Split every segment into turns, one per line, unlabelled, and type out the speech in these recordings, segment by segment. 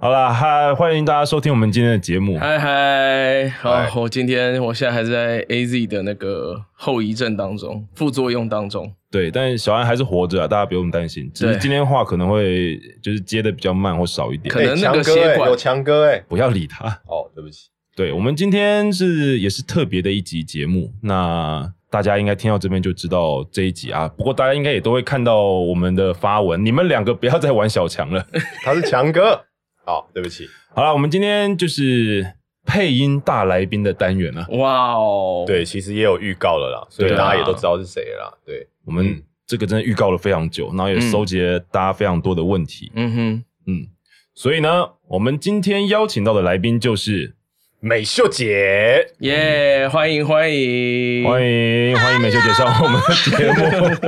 好啦，嗨，欢迎大家收听我们今天的节目。
嗨嗨，
嗯嗨
好，我今天我现在还是在 A Z 的那个后遗症当中，副作用当中。
对，但小安还是活着啊，大家不用担心。只是
对
今天话可能会就是接的比较慢或少一点
可，能
欸
那个
强哥
血
欸
管
有强哥哎、
不要理他。
哦，对不起，
对我们今天是也是特别的一集节目，那大家应该听到这边就知道这一集啊。不过大家应该也都会看到我们的发文，你们两个不要再玩小强 了。
他是强哥。好，对不起，
好了，我们今天就是配音大来宾的单元啊。
哇哦，，
对，其实也有预告了啦，所以
对啊
大家也都知道是谁了啦。对，
我们
嗯
这个真的预告了非常久，然后也
嗯
收集了大家非常多的问题。
嗯哼，
嗯，所以呢，我们今天邀请到的来宾就是
美秀姐，
耶、欢迎欢迎，
欢迎欢迎美秀姐上我们的节 目。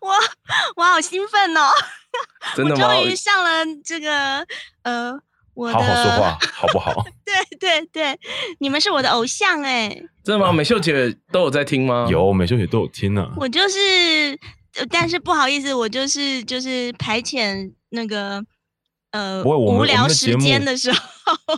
我我好兴奋哦！
真的
我
吗？
终于上了这个呃，我的
好好说话，好不好？
对对对，你们是我的偶像哎，
真的吗？美秀姐都有在听吗？，
有美秀姐都有听 啊。
我就是，呃但是不好意思，我就是就是排遣那个呃
不会我们
无
我
聊
们的节
时
目
间的时候，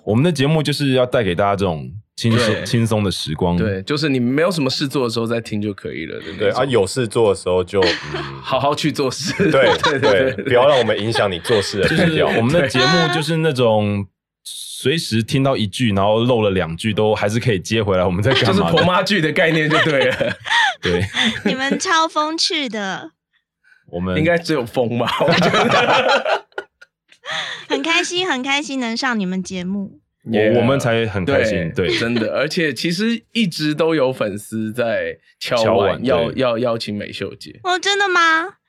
我们的节目就是要带给大家这种轻松
对
轻松的时光。
对，就是你没有什么事做的时候再听就可以了。
对啊，，有事做的时候就 嗯，
好好去做事。
对
对
对
对
对，不要让我们影响你做事的
就
步
是
调。
我们的节目就是那种随时听到一句，然后漏了两句，都还是可以接回来。我们在
就
干
是
嘛
婆
的？
妈剧的概念就对了，
对，
你 们超风趣的，
我们
应该只有风吧？我觉得，
很开心很开心能上你们节目，
我我们才很开心。对，
真的，而且其实一直都有粉丝在敲
敲碗
碗，要
对
要邀请美秀姐，
哦，真的吗？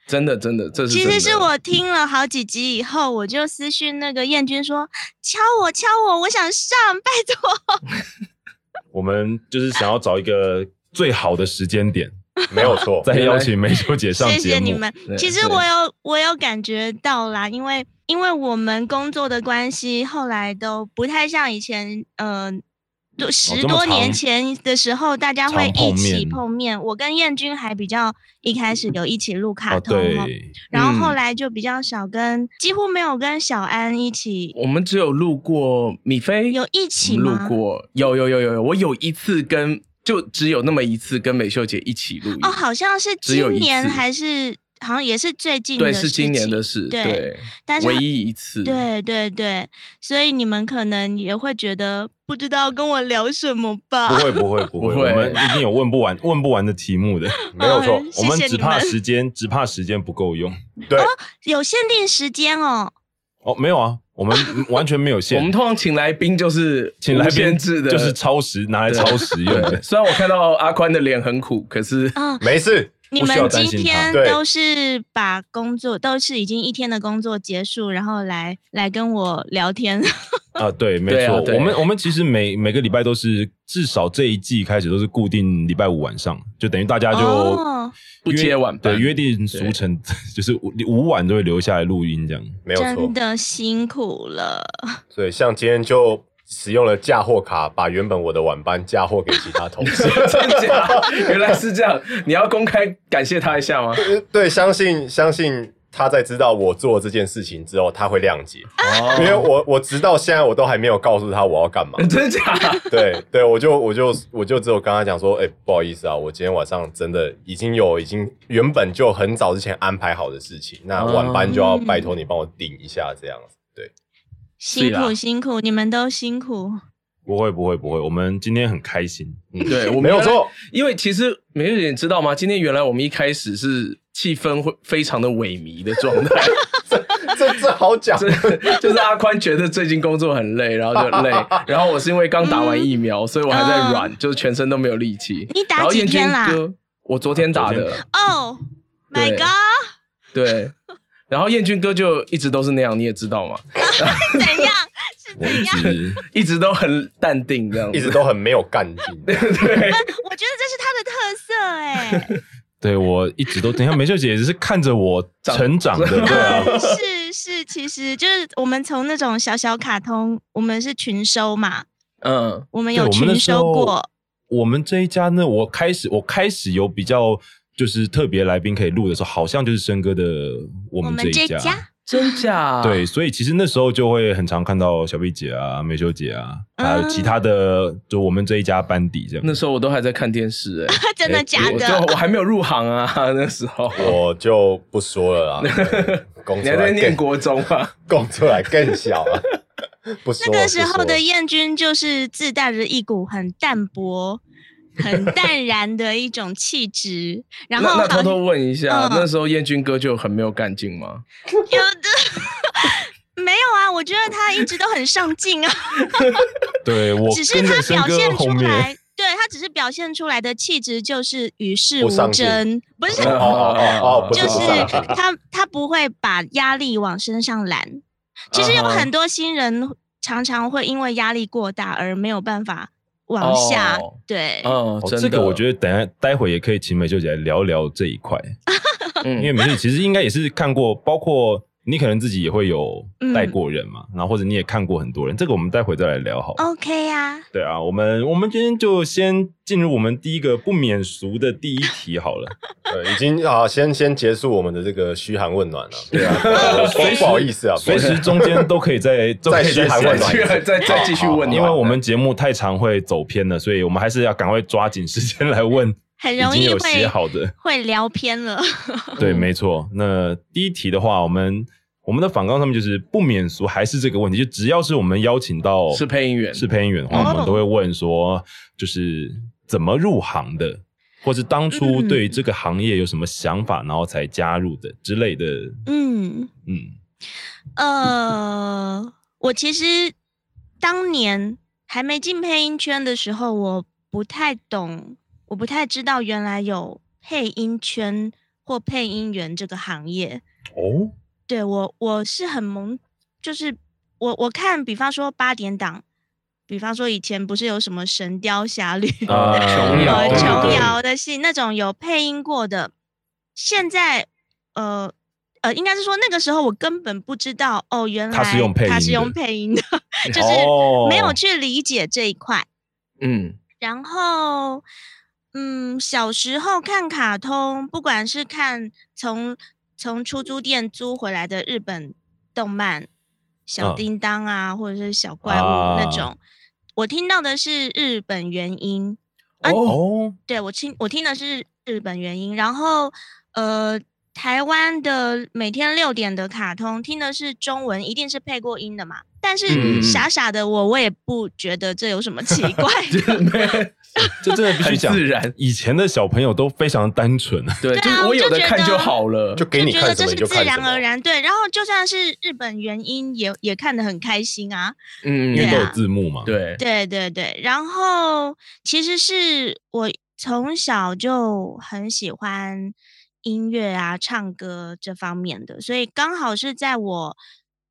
真的真的，这是
其实
真的
是我听了好几集以后，我就私讯那个燕君说：“敲我，敲我，我想上，拜托。
我们就是想要找一个最好的时间点，
没有错，
再邀请梅秀姐”上节
谢
目。
谢你们
对。
其实
对
我有我有感觉到啦，因为因为我们工作的关系，后来都不太像以前，呃，
哦
就十
这么
多年
长
前的时候，大家会
常碰
一起
面
碰面。我跟燕君还比较一开始有一起录卡
哦，
通哦、
对，
然后后
嗯
来就比较少跟，几乎没有跟小安一起，
我们只有路过米菲，
有一起
我们
吗
路过，有有有有有，我有一次跟就只有那么一次跟美秀姐一起录音
哦，好像是
只有
今
一
年
次
还是好像也是最近
对，
的
是
事
今年
情
的事，
对
对，
但是
唯
它
一一次，
对对对，所以你们可能也会觉得不知道跟我聊什么吧
不。会不会不会，
不会
我们一定有问不完 问不完的题目 的。
没有错
嗯，
我
谢
们
谢
只
你
怕
们。
时间，只怕时间不够用。
对，
有限定时间哦，
哦，没有啊，我们完全没有限。
我们通常请来宾就是
请来
无限
宾
制的，
就是超时拿来
对
超时用
对。
的。
虽然我看到阿宽的脸很苦，可 是
嗯，
没事，
你
不需要
们
担
今
心它
天
对
都是把工作都是已经一天的工作结束，然后来来跟我聊天。
啊，对，没
对啊
错，
对
我们我们其实每每个礼拜都是至少这一季开始都是固定礼拜五晚上，就等于大家就
哦
不
约
接晚班
对，约定俗成， 就是午午晚都会留下来录音这样。
没有错
真。的辛苦了，
所以像今天就使用了嫁祸卡，把原本我的晚班嫁祸给其他同事。
真假，原来是这样。你要公开感谢他一下吗？
呃 对，相信相信他在知道我做这件事情之后，他会谅解，
哦
因为我我直到现在我都还没有告诉他我要干嘛。
真假？
对对，我就我就我就只有跟他讲说，哎、不好意思啊，我今天晚上真的已经有已经原本就很早之前安排好的事情，那
嗯
晚班就要拜托你帮我顶一下这样子。对，
辛
啦
苦辛苦，你们都辛苦。
不会不会不会，我们今天很开心。嗯，
对，我
没有
原来
错，
因为其实美秀姐，你知道吗？今天原来我们一开始是气氛会非常的萎靡的状态，
这这好讲，
这就是阿宽觉得最近工作很累，然后就累，然后我是因为刚打完疫苗，所以我还在软，就是全身都没有力气。
嗯你打
然后
几
彦
天
君
啦
哥，我昨天
昨
打
天
的，
Oh my
对
god！
对。然后彦君哥就一直都是那样，你也知道嘛，
怎样？ 是
我一
怎样？
直
一直都很淡定这样子，
一直都很没有干劲。
对，
我觉得这是他的特色哎、
对我一直都，等一下梅秀姐也是看着我
长
成长的，对啊，
是是，其实就是我们从那种小小卡通，我们是群收嘛，
嗯，
我们
对，
有
我们那
群
时
收
候
过，
我们这一家呢，我开始我开始有比较就是特别来宾可以录的时候，好像就是生哥的我
我
们
们
这一
这
家。
家
真假？
对，，所以其实那时候就会很常看到小毕姐啊、美秀姐啊，还有其
嗯
他的，就我们这一家班底这样。
那时候我都还在看电视哎、
真的假
我
的？
就我还没有入行啊， 那时候
我就不说了啦，对供
你
出
还
来
在念
更
国中啊？
供出来更小了，不说
那
了
个时
不说
候的
了
燕君就是自带着一股很淡薄、很 淡然的一种气质， 然后
那那
好
偷偷问一下，
嗯
那时候燕军哥就很没有干劲吗？
有的 没有啊，我觉得他一直都很上进啊，
对我
只是
跟
他
着生
表
哥
现
后
出
面，
来，对他只是表现出来的气质就是与世
不
无
上进
争，不是
哦哦哦哦，不
就是是
不上进
他他不会把压力往身上揽。其实有
嗯
啊哈
很多新人常常会因为压力过大而没有办法往下。
哦
对，
嗯，
哦
真
这
的，
个我觉得等一下待会也可以请美秀姐来聊聊这一块，
得，
嗯
因为美秀姐其实应该也是看过，包括你可能自己也会有
嗯
带过人嘛，然后或者你也看过很多人，这个我们待会再来聊好了。
OK 呀、
对啊，我们我们今天就先进入我们第一个不免俗的第一题好 了。
对，已经啊，先先结束我们的这个嘘寒问暖了。
对 啊，
不好意思啊，
随
不好意
时
思
中间都可以再都可以
嘘寒
再
问暖
去再再继续问你，
因为我们节目太常会走偏了，所以我们还是要赶快抓紧时间来问
很
已
容
经
易
有写
会
好的。
会聊偏了。
对，
嗯
没错。那第一题的话，我们我们的访纲上面就是不免俗，还是这个问题，就只要是我们邀请到
是配音员
是配音员的话，
哦
我们都会问说，就是怎么入行的，或是当初
嗯
对于这个行业有什么想法，然后才加入的之类的。
嗯，
嗯，
呃，我其实当年还没进配音圈的时候，我不太懂，我不太知道原来有配音圈或配音员这个行业。
哦，
对我我是很懵，就是我我看，比方说八点档，比方说以前不是有什么《神雕侠侣》
啊，
呃琼
有
瑶
对对对
哦琼瑶的戏那种有配音过的，现在呃呃，应该是说那个时候我根本不知道哦，原来
它是用配
它
音
是
的
用配音的， 就是
哦
没有去理解这一块。
嗯
然后，嗯，小时候看卡通，不管是看从从出租店租回来的日本动漫，小
嗯
叮当啊，或者是小怪物那
啊
种，我听到的是日本原音。啊
哦，
对我听我听的是日本原音，然后呃，台湾的每天六点的卡通听的是中文，一定是配过音的嘛。但
嗯嗯嗯
是傻傻的我，我也不觉得这有什么奇 怪。
这真的必须讲
很自然
以前的小朋友都非常单纯，
对，
对啊
就是我有的看
我就觉
就
得
好了，
就给你
就觉得
看什
这
么
是
你就
自
看什
然而
么。
然，对。然后就算是日本原音也也看得很开心啊，
嗯
因为
对
都有
啊
字幕嘛。，
对，
对对对。然后其实是我从小就很喜欢音乐啊、唱歌这方面的，所以刚好是在我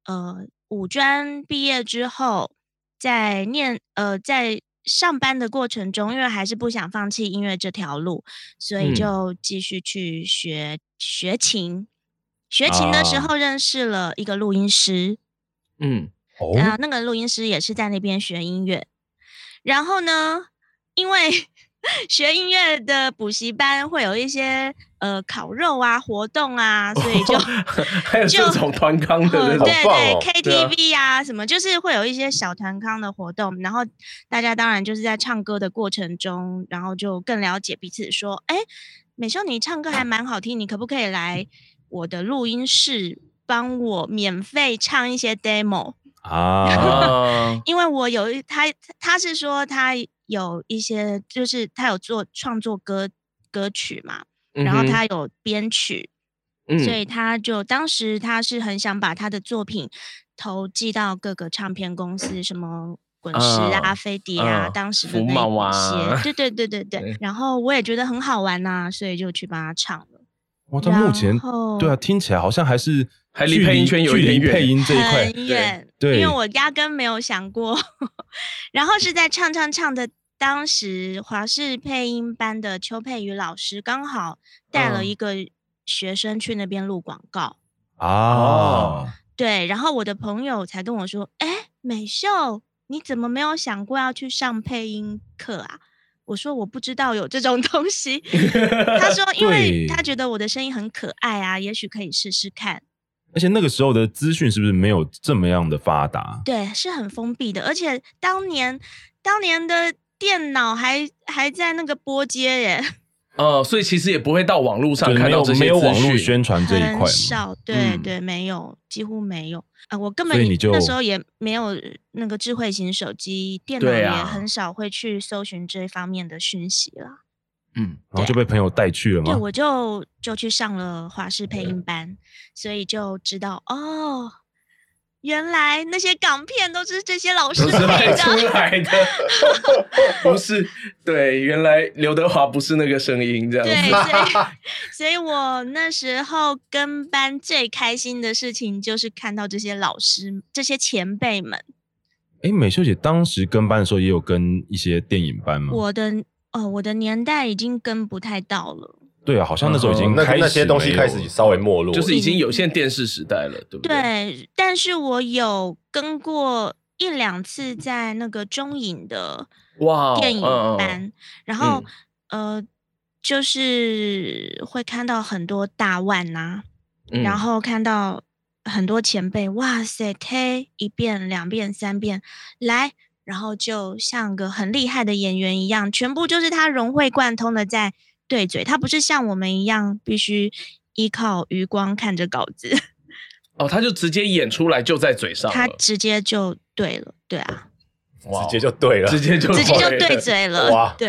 呃五专毕业之后，在念呃在。上班的过程中，因为还是不想放弃音乐这条路，所以
嗯
就继续去学、学琴。学琴的时
啊
候认识了一个录音师，
嗯，
哦，
啊，那个录音师也是在那边学音乐。然后呢，因为 学音乐的补习班会有一些呃烤肉啊活动啊，所以 就
还有这种团康哦的那
呃
种
对
好，棒
对
哦
KTV 啊什么，就是会有一些小团康的活动。然后大家当然就是在唱歌的过程中，然后就更了解彼此，说，哎，美秀你唱歌还蛮好听，你可不可以来我的录音室帮我免费唱一些 demo？
啊，
啊，
因为我有一他他是说他有一些就是他有做创作歌歌曲嘛，然后
嗯哼
他有编曲，
嗯
所以他就当时他是很想把他的作品投寄到各个唱片公司，什么滚石啊、
啊
飞碟啊，
啊
当时的
福
那
茂
一
啊
些，对对对对对
对。
然后我也觉得很好玩呐、所以就去帮他唱了。
哇，他目前
然后
对啊，听起来好像还是
还离
距
配音圈有一
距
点
离
远
配音这一块
很远，
对
因为我压根没有想过。 然后是在唱唱唱的，当时华视配音班的邱佩瑜老师刚好带了
嗯
一个学生去那边录广告，
啊
哦，
对，然后我的朋友才跟我说：“哎，美秀，你怎么没有想过要去上配音课啊？”我说我不知道有这种 东西。他 说，因
对
为他觉得我的声音很可爱啊，也许可以试试看。
而且那个时候的资讯是不是没有这么样的发达？
对，是很封闭的，而且当年当年的电脑还还在那个波接耶，
呃，所以其实也不会到网络上
就是
看
没
到
有
这
没
些
有网
资
络
讯。
宣传这一块
很
嘛？
少。对
嗯
对，没有，几乎没有。啊、我根
所
本
以你就
那时候也没有那个智慧型手机，电脑
对
也
啊
很少会去搜寻这方面的讯息啦。
嗯，
然后就被朋友带去了
对，
吗？
我就就去上了华视配音班，所以就知道哦，原来那些港片都是这些 老师
不是
配
拍
的。
出来的，不是对，原来刘德华不是那个声音这样
对，
子。
所以所以我那时候跟班最开心的事情就是看到这些老师、这些前辈们。
哎，美秀姐当时跟班的时候也有跟一些电影班吗？
我的哦，我的年代已经跟不太到了。
对啊，好像那时候已经
嗯
开
哦那
始
那些东西
没有
开始稍微没落，
就是已经有线电视时代了，对不对？
对，但是我有跟过一两次在那个中影的
哇哦
电影
嗯嗯嗯
班，然后、呃，就是会看到很多大腕啊呐、
嗯
然后看到很多前辈，哇塞，推一遍、两遍、三遍，来，然后就像个很厉害的演员一样，全部就是他融会贯通的在对嘴，他不是像我们一样必须依靠余光看着稿子，
哦，他就直接演出来就在嘴上
他
了，
直接就对了，对啊，
哇哦
直接就对了，
直接就
直接就
了
对，嘴
哇
了，对，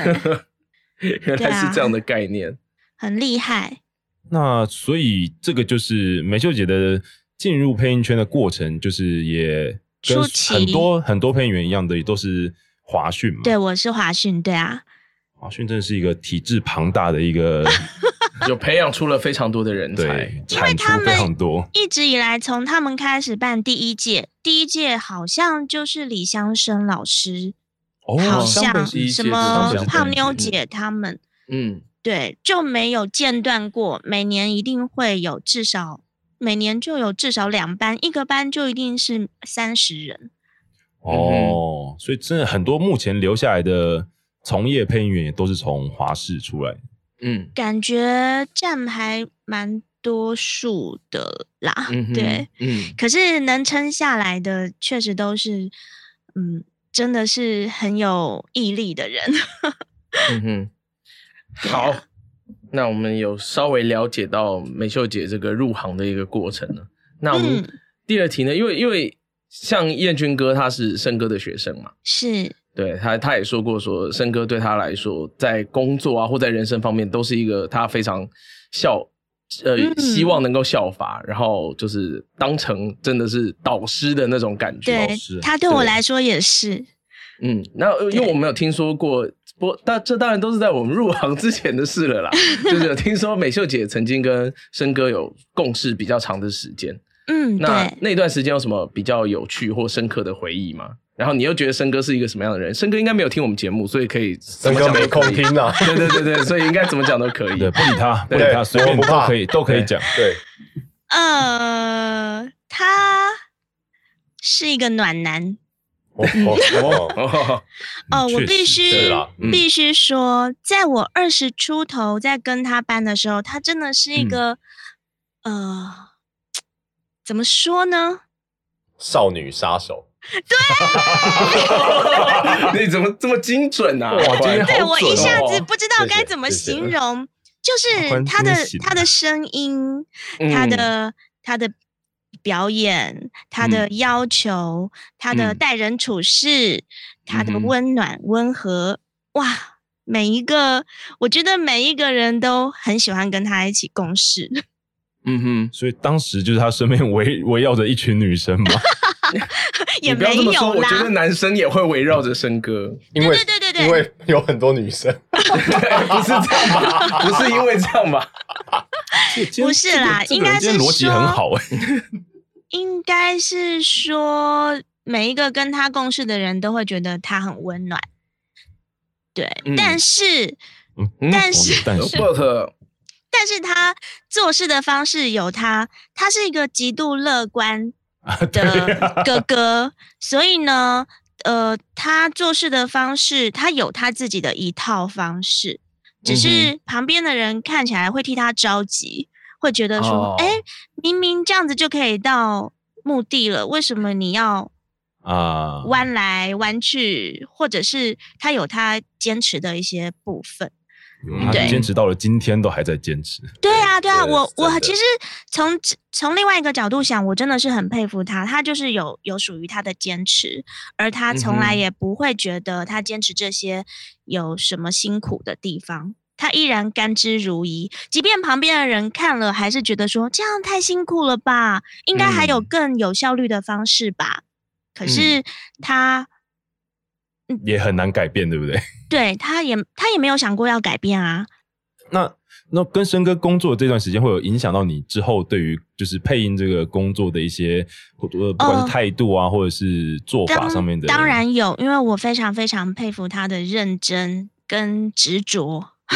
原来是这样的概念。
很厉害。
那所以这个就是美秀姐的进入配音圈的过程，就是也跟
初期
很多很多配音员一样的，也都是华讯嘛。
对，，我是华讯，对啊，
华讯真的是一个体制庞大的一 个
有培养出了非常多的人才。
对，
因为
产出
他们
非常多。
一直以来，从他们开始办第一届，第一届好像就是李湘生老师，
哦
好
湘北
像
是一届
什
对湘
么
北是
胖
第一
妞
届
姐他们，
嗯，
对，就没有间断过。每年一定会有至少，每年就有至少两班，一个班就一定是三十人。嗯
哦，所以真的很多目前留下来的从业配音员也都是从华视出来的。
嗯，
感觉占还蛮多数的啦，
嗯哼
对。，
嗯，
可是能撑下来的，确实都是，嗯，真的是很有毅力的人。
嗯哼，好，那我们有稍微了解到美秀姐这个入行的一个过程了。那我们
嗯
第二题呢？因为因为像彦君哥他是生哥的学生嘛，
是，
对他他也说过说生哥对他来说在工作啊或在人生方面都是一个他非常效。呃，
嗯
希望能够效法，然后就是当成真的是导师的那种感觉。
对
是
他对我
对
来说也是，
嗯，那呃因为我
对
没有听说过，不，但这当然都是在我们入行之前的事了啦。就是有听说美秀姐曾经跟生哥有共事比较长的时间，
嗯，
那
对，
那段时间有什么比较有趣或深刻的回忆吗？然后你又觉得生哥是一个什么样的人？生哥应该没有听我们节目，所以可以
生哥没空听啊，
对对对对，所以应该怎么讲都可以
对，。不理他，不
对
理他，随便
我不
都
怕
可以，都可以讲。
对，
呃，他是一个暖男，
哦 哦哦，
哦，
哦，我
确实
必须
是啦
嗯
必须说，在我二十出头在跟他班的时候，他真的是一
嗯
个、呃，怎么说呢？
少女杀手，
你怎么这么精准啊？
哇今天好
对我一
准
下
哦
子不知道
谢
该
谢
怎么
谢谢
形容，就是
关
他
惊
的
喜
他
了
的声音，他
啊嗯
的他的表演，他的要求，他的
嗯
待人处事，他
嗯
的
哼
温暖温和，哇！每一个，我觉得每一个人都很喜欢跟他一起共事。
嗯哼，
所以当时就是他身边围围绕着一群女生 嘛，
也
你不要
没
这么说
有
我觉
啦
得男生也会围绕着生哥。
因为
对对对对
因为有很多女生，
对，不是这样吧？不是因为这样 吧？
不是啦
这个
应该是
这个人今天逻辑
说
很好哎、
应该是说每一个跟他共事的人都会觉得他很温暖。对，
嗯
但是
嗯
但是
哦但 是
But
但是他做事的方式有他，他是一个极度乐观
啊，对
的
啊
哥哥，所以呢，呃，他做事的方式，他有他自己的一套方式，
嗯
只是旁边的人看起来会替他着急，会觉得说
哦，
哎、明明这样子就可以到目的了，为什么你要
啊，
弯来弯去？或者是他有他坚持的一些部分。
嗯
嗯
他
对
坚持到了今天都还在坚持，
对
对
啊，对啊，
这
我
是
我
真的
其实从从另外一个角度想，我真的是很佩服他，他就是有有属于他的坚持，而他从
嗯
来
哼
也不会觉得他坚持这些有什么辛苦的地方。他依然甘之如饴，即便旁边的人看了，还是觉得说这样太辛苦了吧，应该还有
嗯
更有效率的方式吧。可是他
也很难改变，对不对？
对他也他也没有想过要改变啊，
那那跟生哥工作这段时间，会有影响到你之后对于就是配音这个工作的一些，或呃，不管
哦
是态度啊，或者是做法
当
上面的。
当，然有，因为我非常非常佩服他的认真跟执着。
啊、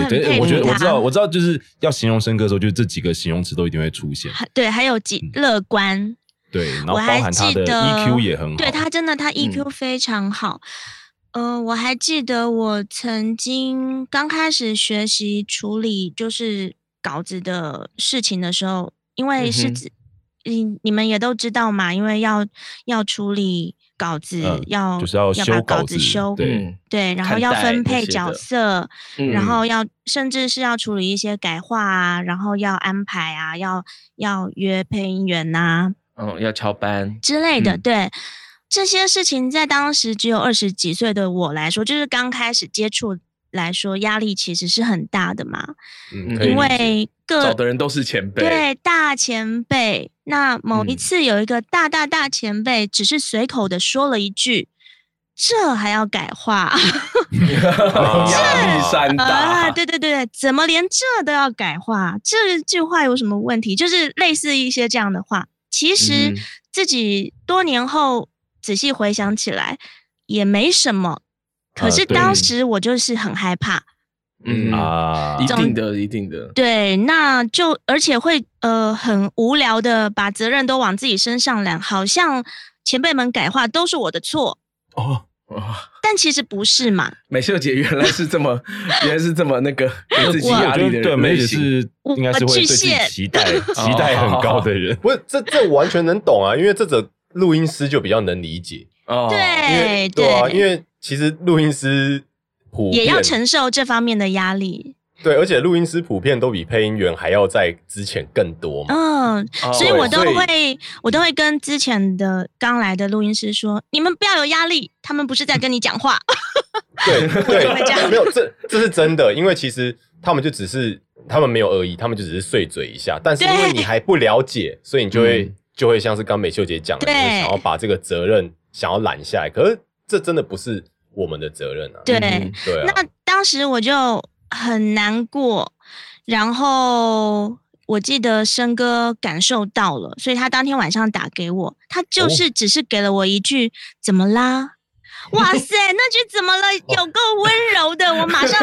对
很佩
对，
服
我觉得我
他
知道，我知道，就是要形容生哥的时候，就这几个形容词都一定会出现。
还对，还有几乐观，
对，嗯然后
我
包
还
含
记
他的
得
EQ 也很好。嗯
对他真的他 EQ 非常好。呃，我还记得我曾经刚开始学习处理就是稿子的事情的时候，因为是
嗯哼
指，嗯，你们也都知道嘛，因为要要处理稿子，
嗯
要
就是要
要
修
把
稿
稿
子
修
对
对，然后
看
要
待
分
那
配
些
角
的
色，
嗯
然后要甚至是要处理一些改化啊，然后要安排啊，要要约配音员呐、
嗯要敲班，
之类的，
嗯
对。这些事情在当时只有二十几岁的我来说，就是刚开始接触来说，压力其实是很大的嘛，
嗯，
嗯
可以理解
因为
找
各
的人都是前辈，
呃对大前辈。那某一
嗯
次有一个大大大前辈，只是随口的说了一句：“这还要改化。”
压力山
啊，
大，
对对对，怎么连这都要改话？这句话有什么问题？就是类似一些这样的话，其实
嗯
自己多年后仔细回想起来也没什么，
啊
可
呃
是
对
当时我就是很害怕。
嗯啊，
啊，
一定的，一定的，
对，那就而且会呃很无聊的把责任都往自己身上揽，好像前辈们改话都是我的错，
哦，
哇，
但其实不是嘛。
美秀姐原来是这 么，原来是这么那个给自己
我
压力
觉
的
得
人，
对，梅姐
类型
是
我
应该是会对自己
巨蟹
期待 期待很高的人。
不是这这完全能懂啊，因为这则录音师就比较能理解，
哦，
因为
对
对啊，因为其实录音师普遍
也要承受这方面的压力。
对，而且录音师普遍都比配音员还要在之前更多嘛，
嗯，
哦
所以
对
我都
所以
会，我都会跟之前的刚来的录音师说，你们不要有压力，他们不是在跟你讲
嗯
话。
对
我会这样
对，没有这这是真的，因为其实他们就只是他们没有恶意，他们就只是碎嘴一下，但是因为
对
你还不了解，所以你就会、
嗯
就会像是刚美秀姐讲的，
对
你会想要哦把这个责任想要揽下来，可是这真的不是我们的责任啊，
对，
嗯
对啊，
那当时我就很难过，然后我记得生哥感受到了，所以他当天晚上打给我，他就
哦
是只是给了我一句“怎么啦”，哇塞，那句“怎么了”有够温柔的，我马上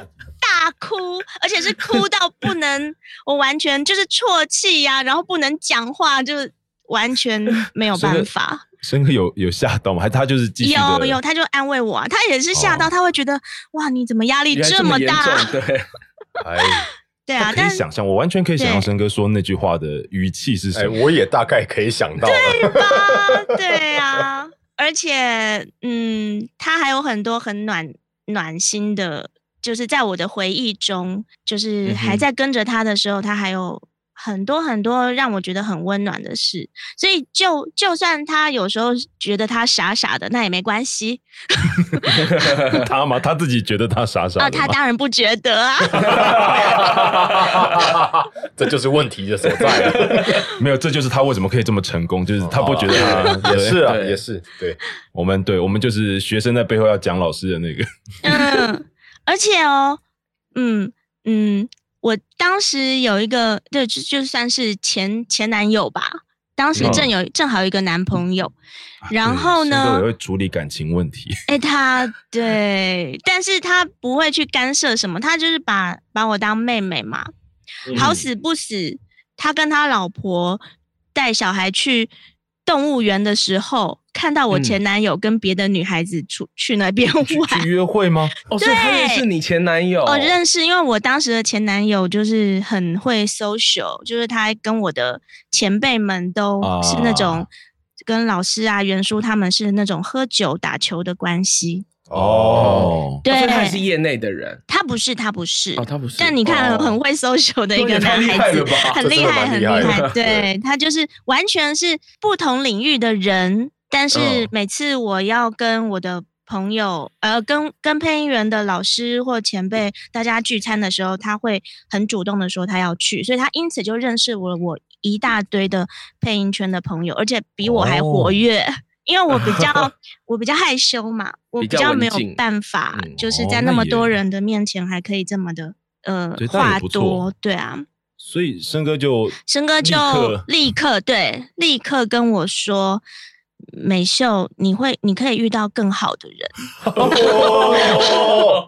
大哭，而且是哭到不能，我完全就是啜泣呀、然后不能讲话，就是完全没有
真的
办法。
生哥有有吓到吗？还是他就是继续
有
的
有，他就安慰我、啊，他也是吓到，
哦
他会觉得哇，你怎么压力
原来
这
么
么
严
大？
重，对，
哎
对啊，
可以
但
想象，我完全可以想象
对
生哥说那句话的语气是
哎，
什么。
我也大概可以想到了，
吧，啊对啊，而且嗯，他还有很多很暖暖心的，就是在我的回忆中，就是
嗯
还
哼
在跟着他的时候，他还有。很多很多让我觉得很温暖的事，所以就就算他有时候觉得他傻傻的，那也没关系
他吗？他自己觉得他傻
啊。
傻的
他
吗？
当然不觉得啊，
这就是问题的所在啊了，
没有，这就是他为什么可以这么成功，就是他不觉得他
啊也是啊，
对
也是对，
我们对我们就是学生在背后要讲老师的那个，
嗯，而且哦，嗯嗯，我当时有一个，对，就就算是前前男友吧，当时正有、正好有一个男朋友，然后
啊对生哥也
呢，
会处理感情问题。
哎，他对，但是他不会去干涉什么，他就是把把我当妹妹嘛，好死不死，他跟他老婆带小孩去动物园的时候，看到我前男友跟别的女孩子出、去那边
去去
玩。
约会吗？
哦，所以他认识你前男友，
哦，认识，因为我当时的前男友就是很会 social，就是他跟我的前辈们都是那种、
啊
跟老师啊、袁叔他们是那种喝酒打球的关系。
哦，
哦
对，
所以他也是业内的人
他不是，他不是。
哦，他不是。
但你看，
哦
很会 social 的一
对
个
也太
男
厉害
孩子
了吧，
很
这
厉
真的
害，
蛮
很
厉
厉
害的
害。
对
对他就是完全是不同领域的人，但是
嗯
每次我要跟我的朋友，呃，跟跟配音员的老师或前辈大家聚餐的时候，他会很主动的说他要去，所以他因此就认识我我一大堆的配音圈的朋友，而且比我还活
哦
跃。因为我比较我比较害羞嘛，我
比
比
较
较
文
没有
静
办法，
嗯
就是
哦
在
那
那么
也
多人的面前还可以这么的呃
对那也
话
不错
多，对啊，
所以森哥就
生哥
立
就
刻
立刻对立刻跟我说。美秀，你会，你可以遇到更好的人，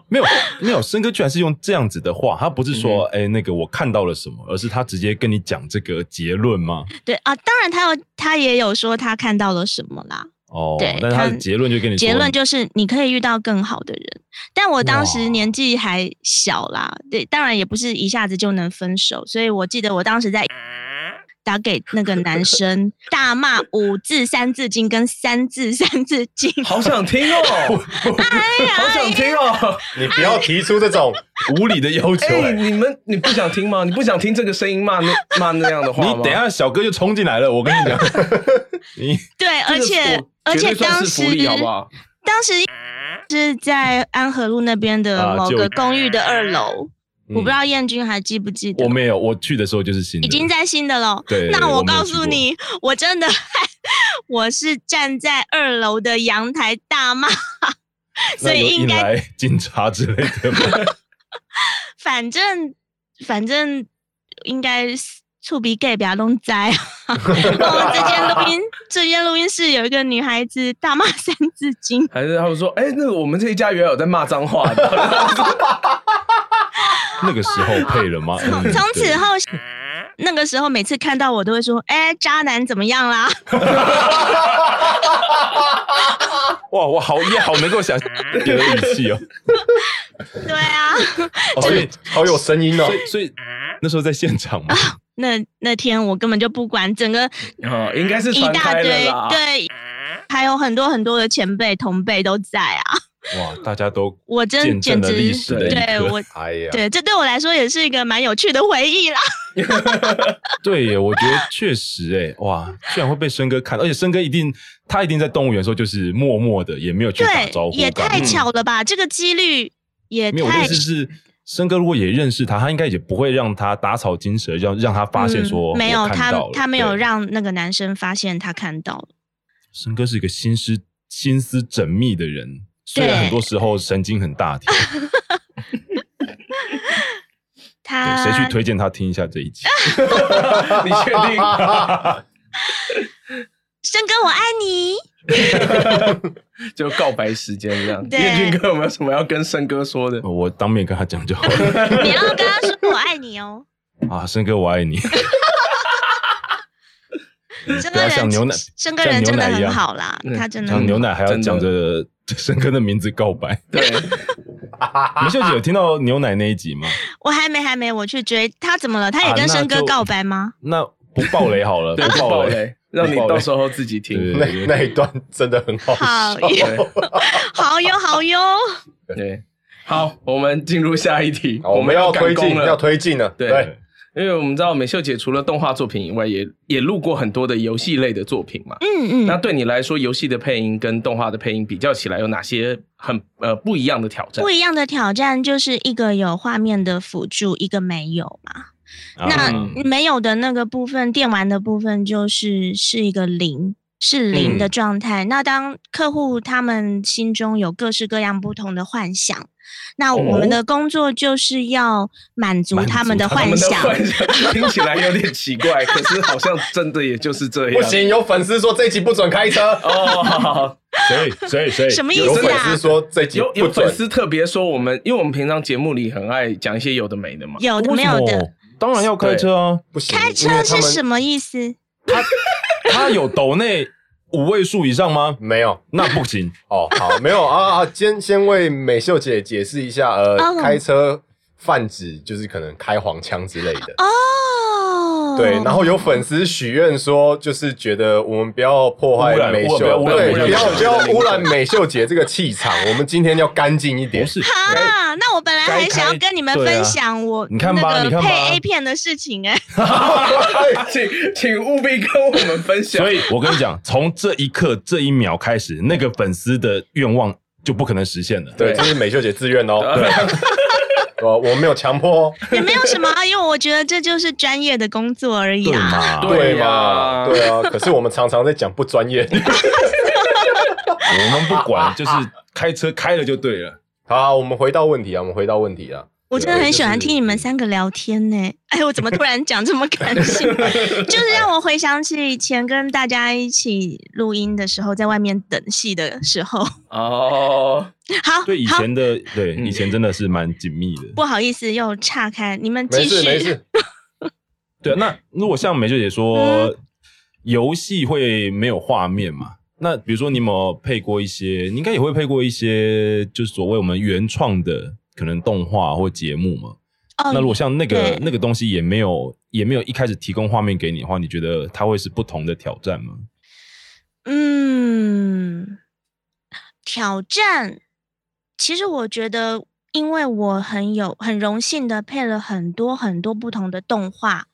没有没有，森哥居然是用这样子的话，他不是
嗯
说哎、那个我看到了什么，而是他直接跟你讲这个结论吗？
对啊，当然他有，他也有说他看到了什么啦。
哦，
对
但是他的
他
结论就跟你说
结论就是你可以遇到更好的人，但我当
哇
时年纪还小啦，对，当然也不是一下子就能分手，所以我记得我当时在打给那个 男生大骂五字三字经跟三字三字经，
好想听哦，
哎
好想听哦！
你不要提出这种
无理的要求、
哎，
哎
你们你不想听吗？你不想听这个声音骂那 骂那样的话
你
吗？
等一下，小哥就冲进来了。我跟你讲， 你
对，而且
这个我
而
绝对
且
算
当
是
时
福利好不好？
当时是在安和路那边的
啊
某
就
个公寓的二楼，我不知
嗯
道燕君还记不记得
我，没有，我去的时候就是新的，
已经在新的喽。
对。
那
我
我
没有
告
去
诉
过，
你，我真的， 我是站在二楼的阳台 大骂，所
那有
以应
引
该
来 警察之类的吗。
反正反正应该是触鼻 gay 不要弄 灾。哦，这间录音这间录音室有一个女孩子大骂三字经，
还是他们说，哎，那个我们这一家原来有在骂脏话的，
那个时候配了吗？
从
嗯
从此
对
后，那个时候每次看到我都会说：“哎、渣男怎么样啦
哇，我好也好能够想 别的语气哦。？”
对啊，
好有好有声音哦
所。以所以那时候在现场 嘛，
那那天我根本就不管，整个
啊，应该是
一
传
大
开了
堆
啦。
对，还有很多很多的前辈同辈都在啊，
哇，大家都
我真
见
简
证了
直
历史的一
对
刻。
我。
哎呀，
对，这对我来说也是一个蛮有趣的回忆啦。
对耶，我觉 得确实哎，哇，居然会被森哥看到，而且森哥一定他一定在动物园的时候就是默默的，也没有去打
对
招呼，，
也
干嘛
太巧了吧！这个几率也
没有，我的
太
意思是，森哥如果也认识他，他应该也不会让他打草惊蛇，让让他发现说、
嗯没有
我看
他
到了，
他没有
对
让那个男生发现他看到了。
森哥是一个心思心思缜密的人，虽然
对
很多时候神经很大条。对，
他
谁去推荐他听一下这一 集？
你确定？
生哥，我爱你。
就告白时间这样。
对
彦俊哥有没有什么要跟森哥说的？
我当面跟他讲就好 了
你要跟他说我爱你哦。
啊，森哥我爱你。
生
嗯不
哥
要像
人
牛奶，
生哥人真的
像牛奶一
很
样
好啦
嗯，
他真的
像
很
牛奶还要
真的
讲着森哥的名字告白。
对，
梅秀姐有听到牛奶那一集吗？
我还没还没我去追他怎么了？他也
啊
跟
那
生哥
就
告白吗？
那不爆雷 好了，
对，
不
不
爆
爆
雷。
雷，让你
不爆雷
到时候自己听。
对
那那一段真的很好
哦
好
笑。
对
好哟好哟，
对，好，我们进入下一题，
哦好我们要
要
推进，
进
要，推进了。
对
对，
因为我们知道美秀姐除了动画作品以外，也也录过很多的游戏类的作品嘛。
嗯
那
嗯，
对你来说，游戏的配音跟动画的配音比较起来，有哪些很呃不一样的挑战
不？一样的挑战就是一个有画面的辅助，一个没有嘛。那
啊
没有的那个部分，电玩的部分就是是一个零，是
嗯
零的状态。那当客户他们心中有各式各样不同的幻想，那我们的工作就是要满足
哦满足
他们的
他
我
幻
们的
想。
幻想听起来有点奇怪，可是好像真的也就是这样。
不行，有粉丝说这一集不准开车，
哦，好好好
谁谁谁？
什么意
有
思
粉
啊
丝？说这一集
有
不
有
准
粉。丝特别说我们，因为我们平常节目里很爱讲一些有的没的嘛。
有的
为
没
什
有
么
的，
当然要开车啊！
不行，
开
因为
车
他
是
们
什么意思？
他有抖内五位数以上 吗？
没有
那不行，
哦，好，没有啊啊！先先为美秀姐解释一下，呃
哦
开车泛指就是可能开黄腔之类的。
哦，
对，然后有粉丝许愿说，就是觉得我们不要破坏
污染
美
不要
秀，
污染
对，
污
不
染美
要
秀
不要污染美秀节这个气场，我们今天要干净一
不
点。
是。
哈，啊那我本来
该
还想
开
要跟你们
对啊
分享我
你看吧
那
你
个
看吧
配 A 片的事情哎、
请请务必跟我们分享
所。以我跟你 讲，从这一刻这一秒开始，那个粉丝的愿望就不可能实现了。
对，
对
这是美秀姐自愿哦。对，我我没有强迫哦。
也没有什么啊，因为我觉得这就是专业的工作而已
对
啊。
嘛？
对呀
嘛？对啊，可是我们常常在讲不专业。
我们不
啊
管，就是开车开了就对了。
好啊，我们回到问题啊，我们回到问题啊。
我真的
对
很喜欢
就是
听你们三个聊天呢、哎，我怎么突然讲这么感 性？就是让我回想起以前跟大家一起录音的时候，在外面等戏的时候。好，
哦，
对以
好，
前的，对
嗯
以前真的是蛮紧密的。
不好意思，又岔开，你们
没
继
事没
续。
事，
对，啊那如果像美秀姐
嗯
说，游戏会没有画面嘛？那比如说你有没有配过一些？你应该也会配过一些，就是所谓我们原创的可能动画或节目嘛？
哦
那如果像那个
对
那个东西也没有也没有一开始提供画面给你的话，你觉得它会是不同的挑战吗？
嗯，挑战，其实我觉得，因为我很有很荣幸的配了很多很多不同的动画，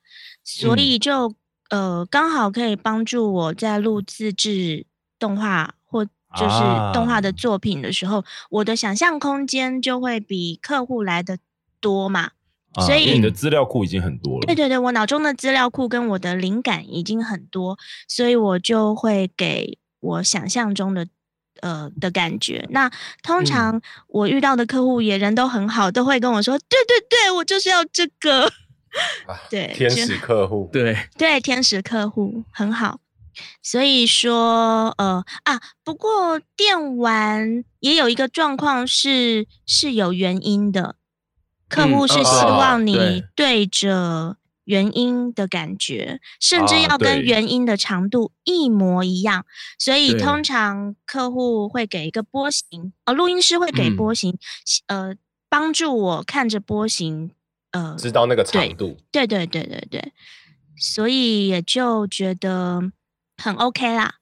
所
嗯
以就、呃刚好可以帮助我在录自制动画或就是动画
啊
的作品的时候，我的想象空间就会比客户来的多
啊
嘛。所以
因为你的资料库已经很多了，
对对对，我脑中的资料库跟我的灵感已经很多，所以我就会给我想象中的呃的感觉。那通
嗯
常我遇到的客户也人都很好，都会跟我说：“对对对，我就是要这个。
啊”
对，
天
就
使客户。
对，
对天使客户很好。所以说，呃啊，不过电玩也有一个状况是是有原因的，客
嗯
户是
哦
希
哦
望你
对
对着原因的感觉，甚至
啊
要跟
对
原因的长度一模一样。所以
对
通常客户会给一个波形，呃，录音师会给
嗯
波形，呃，帮助我看着波形，呃，
知道那个长度，
对对对对对，所以也就觉得很 OK 啦。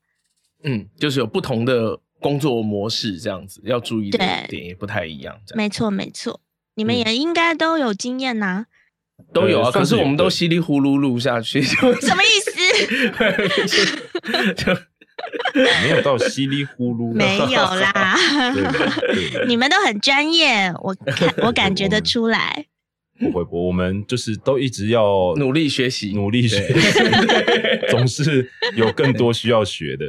嗯，就是有不同的工作模式这样子，要注意的
对
点也不太一样，这样
没错没错，你们
嗯
也应该都有经验呐、
都有啊。
呃算
可
是
是
有
我们都
对
稀里糊涂录下 去，就
什么意思？
就
没有到稀里糊涂。
没有啦，
对对对
你们都很专业，我看我感 觉得出来。
不会不会，我们就是都一直要
努力学习，
哦
努力学，总是有更多需要学的。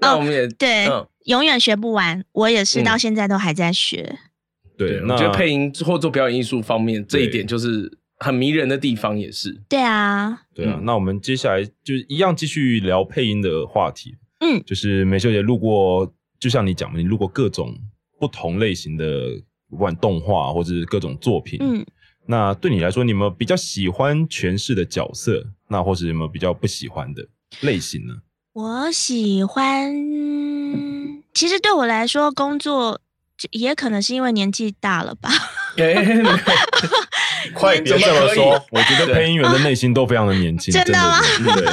那我们也
对，
嗯
永远学不完，我也是到
嗯
现在都还在学。
对，
我
那
觉得配音或做表演艺术方面这一
对
点就是很迷人的地方，也是。
对啊，
对啊，
嗯
那我们接下来就一样继续聊配音的话题。
嗯
就是美秀姐录过，就像你讲的，你录过各种不同类型的，不管动画或者是各种作品。
嗯，
那对你来说，你有没有比较喜欢诠释的角色？那或是有没有比较不喜欢的类型呢？
我喜欢。其实对我来说，工作就也可能是因为年纪大了吧。
哎没有
快别这么
怎么
说，
我觉得
对
配音员的内心都非常的年轻，
真的吗
真的是对，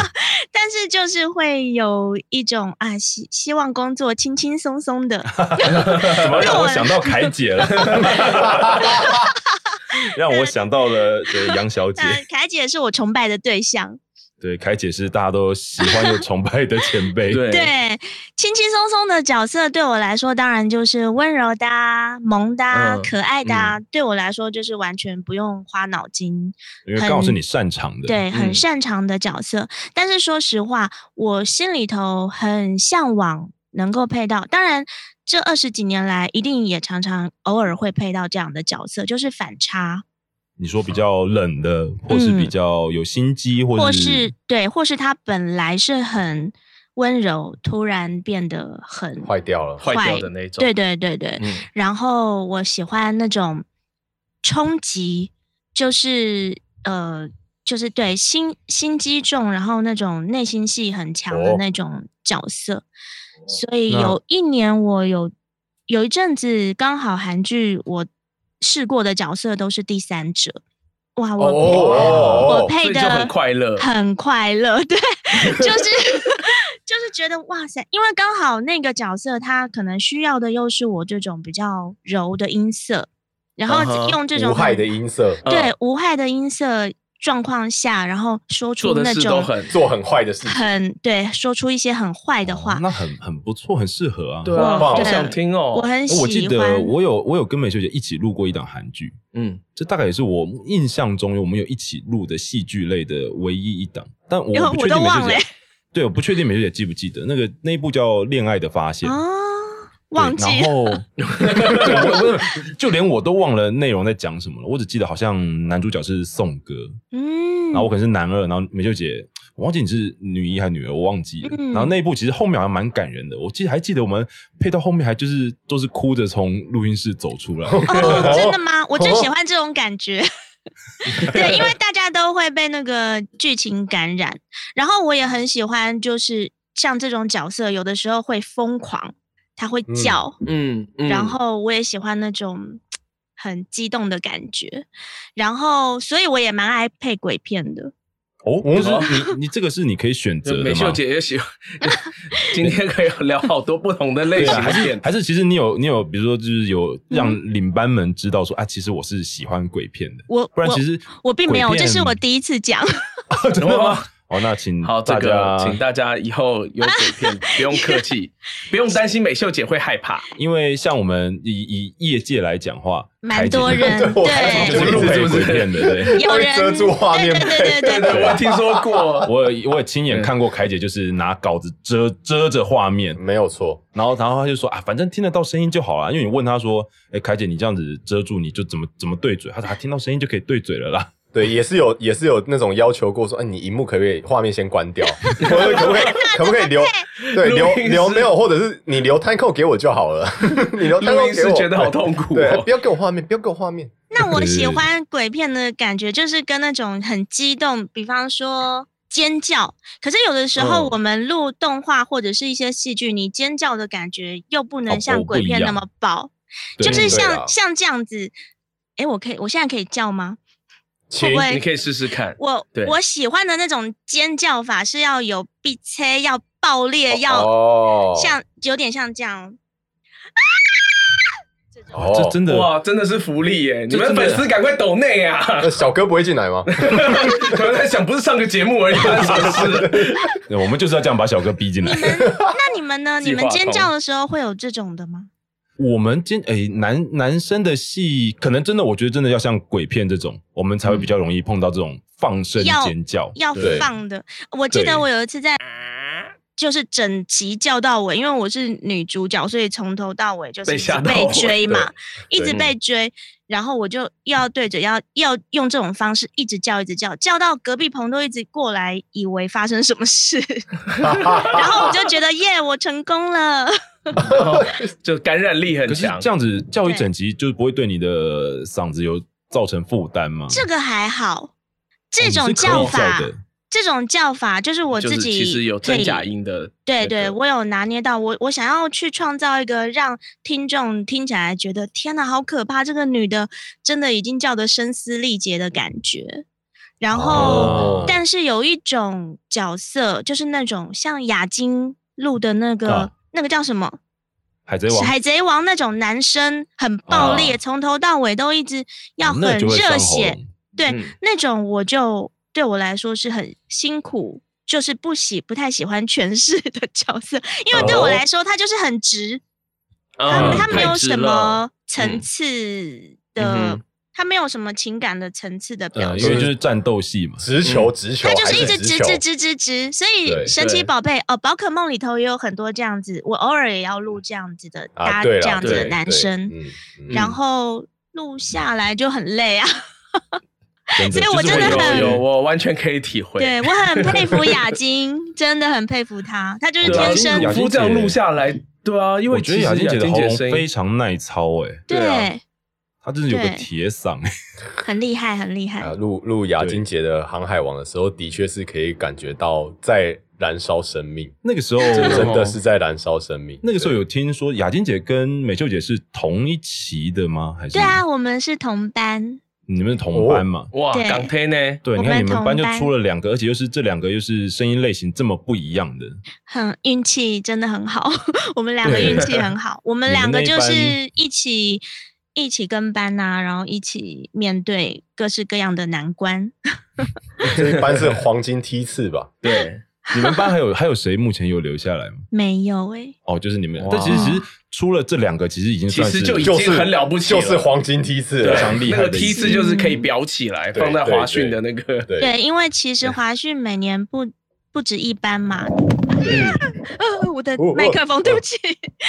但是就是会有一种啊，希希望工作轻轻松松的，
怎么 让我想到凯姐了？ 让我想到了对杨小姐。
但凯姐是我崇拜的对象，
对，凯姐是大家都喜欢又崇拜的前辈。
对
对，轻轻松松的角色对我来说，当然就是温柔的、啊、萌的、啊、
嗯
可爱的、啊，对我来说就是完全不用花脑筋，
因为刚好是你擅长的。
对，很
嗯
擅长的角色。但是说实话，我心里头很向往能够配到，当然。这二十几年来，一定也常常偶尔会配到这样的角色，就是反差。
你说比较冷的，或是
嗯
比较有心机，或
或
是
是对，或是他本来是很温柔，突然变得很
坏掉了。
坏掉的那种。
对对对对。
嗯，
然后我喜欢那种冲击，就是呃，就是对心心机重，然后那种内心戏很强的
哦
那种角色，所以
那
有一年我有有一阵子刚好韩剧我试过的角色都是第三者，哇，我配、
哦
我配
所以
的
就很快乐。
很快乐，对，就是 就是觉得哇塞，因为刚好那个角色他可能需要的又是我这种比较柔的音色，然
嗯哼
后用这种
无害
很
的音色，
对无害的音色状况下，然后说
做
出
的
那
事都
种
很
做很坏的事 情，
很对说出一些很坏的
哦
话，
那很很不错，很适合啊。
对
哇
啊，好
对
想听哦。
我很喜欢。
我记得我有我有跟美秀姐一起录过一档韩剧，
嗯，
这大概也是我印象中我们有一起录的戏剧类的唯一一档，但我
哎呦
不确
我
定
都
美
忘
秀
了
姐， 对，我不确定美秀姐记不记得那个那一部叫《恋爱的发现》
啊
对，
忘记
然后 对我我就连我都忘了内容在讲什么了，我只记得好像男主角是宋哥，
嗯，
然后我可能是男二，然后美秀姐，我忘记你是女一还是女二，我忘记了。
嗯
然后那一部其实后面好像蛮感人的，我记得还记得我们配到后面还就是都是哭着从录音室走出来。
哦，真的吗？我最喜欢这种感觉。对，因为大家都会被那个剧情感染，然后我也很喜欢，就是像这种角色，有的时候会疯狂，他会
嗯
叫，
嗯，嗯
然后我也喜欢那种很激动的感觉，然后所以我也蛮爱配鬼片的。
哦，就
嗯
是你你这个是你可以选择
美
的
秀
吗？
姐也喜欢， 今天可以聊好多不同的类
对
型
啊，
的
还是
片
还是其实你有你有，比如说就是有让
嗯
领班们知道说、啊，其实我是喜欢鬼片的，
我
不然
我
其实
我并没有，
鬼
这
片
是我第一次讲。
真的吗？哦，那请
好，这
大
个
家
请大家以后有鬼片不用客气，不用担心美秀姐会害怕。
因为像我们以以业界来讲话，
蛮多
凯姐
人
对我 看
就是一直配鬼片的，对。
有人
遮住画面
对对对对对
对
我听说 过，
我有我也亲眼看过凯姐，就是拿稿子遮遮着画面，
没有错，
然后然后她就说啊，反正听得到声音就好了。因为你问她说，哎、凯姐，你这样子遮住，你就怎么怎么对嘴？她说啊，听到声音就可以对嘴了啦。
对，也是有也是有那种要求过说，哎，你荧幕可不可以画面先关掉， 或者可不可 以可不可以留对
录
留
音室
留没有，或者是你留摊扣给我就好了， 你留摊
录
扣
音
给
室
我，
觉得好痛苦
对，哎
哦
不。要给我画面，不要给我画面，
那我喜
对
欢鬼片的感觉，就是跟那种很激动，比方说尖叫。可是有的时
嗯
候我们录动画或者是一些戏剧，你尖叫的感觉又不
哦
能像
不
鬼
一
片那
样
么爆，
对啊
就是
对
像
啦
像这样子。诶，我可以，我现在可以叫吗？
请
会不会
你可以试试看，
我
对
我喜欢的那种尖叫法是要有逼切，要爆裂，要
哦
像有点像这样。哦
哇
哦
这真的
哇，真的是福利耶！你
这
们
真的
粉丝赶快抖内啊！
那哦小哥不会进来吗？
我在想，不是上个节目而已，发生什 么事？
对我们就是要这样把小哥逼进来
你。们那你们 呢？
计
你们
划
尖
通
叫的时候会有这种的吗？
我们今哎、男男生的戏，可能真的我觉得真的要像鬼片这种，我们才会比较容易碰到这种放声
要
尖叫。
要
对
放的。我记
对
得我有一次在，就是整集叫到尾，因为我是女主角，所以从头到尾就是
被
一直
吓到
被
尾
追嘛，一
对
直被追。然后我就又要对着，要要用这种方式一直叫，一直叫，叫到隔壁棚都一直过来，以为发生什 么事，然
然
后我就觉得耶，我成功了。
哦就感染力很
可是
强
这。样子叫一
对
整集，就是不会对你的嗓子有造成负担吗？
这个还好，
哦
这
你是可
种
以
叫法，
的
这种叫法就是我
就
自
是
己
其实有
可
真
以
假音的那
对
个，
对，我有拿捏到，我我想要去创造一个让听众听起来觉得天哪，好可怕！这个女的真的已经叫得声嘶力竭的感觉。然后，
哦
但是有一种角色，就是那种像雅金录的那个、
啊
那个叫什么
海贼
《
王
海贼王》那种男生，很暴烈，
啊
从头到尾都一直要
哦那
很
就会
热
伤
血，
喉咙
对，
嗯
那种我就对我来说是很辛苦，就是不喜不太喜欢诠释的角色，因为对我
哦
来说，他就是很直，
嗯
他
啊
他没有
太直
什
了
么
嗯
层次
嗯
的
哼，
他没有什么情感的层次的表
呃，因为
现。
就是战斗戏 嘛。
直
嗯
球直球
他就
还
是一直
直
直
球
直直直直，所以
对
神奇
对
宝贝哦，宝可梦里头也有很多这样子，我偶尔也要录这样子的搭
啊，对
这
啦
样子的
对
男
对
生，
嗯嗯
然后录下来就很累啊。
真的
所以我
就是
真的
会
很
有
有有，
有
我完全可以体会。
对我很佩服雅晶，真的很佩服她，她就是
对啊，
天
其实雅
生
晶
夫这样录下来，对啊，因为
我觉得雅静
晶
姐的喉
姐
咙
声音
非常耐操哎、
对
对啊
他真是有个
对
铁嗓，哎
很厉害，很厉害
啊，。录录雅金杰的《航海王》的时候，的确是可以感觉到在燃烧生命，
那个时候
真的哦
真
吗
的是在燃烧生命。
那个时候
对
有听说雅金姐跟美秀姐是同一期的吗？还是
对啊，我们是同班，
你们是同班嘛？
哇，
对
港台 呢？
对，
我
你看
们
你们班就
同班
出了两个，而且又是这两个又是声音类型这么不一样的，
很运气真的很好。 我们两个
对
运气很好，我们
你们
两个
那一
就
班
是一起一起跟班呐、然后一起面对各式各样的难关。
这一般是黄金梯次吧？
对，
你们班还有还有谁目前有留下来吗？
没有欸诶、
哦，就是你们
哇，
但其实其实出了这两个，其实已经
其
算
实
是
就 已
就
经
是
很了不起
就
了
是黄金梯次了
对
非常厉害
那
的
个梯
一
次就是可以
嗯
裱起来，
对
放在
对
华讯
对
的那 个。
对
对，因为其实华讯每年不不止一班嘛。 呃，我的
哦哦
麦克风，对不起。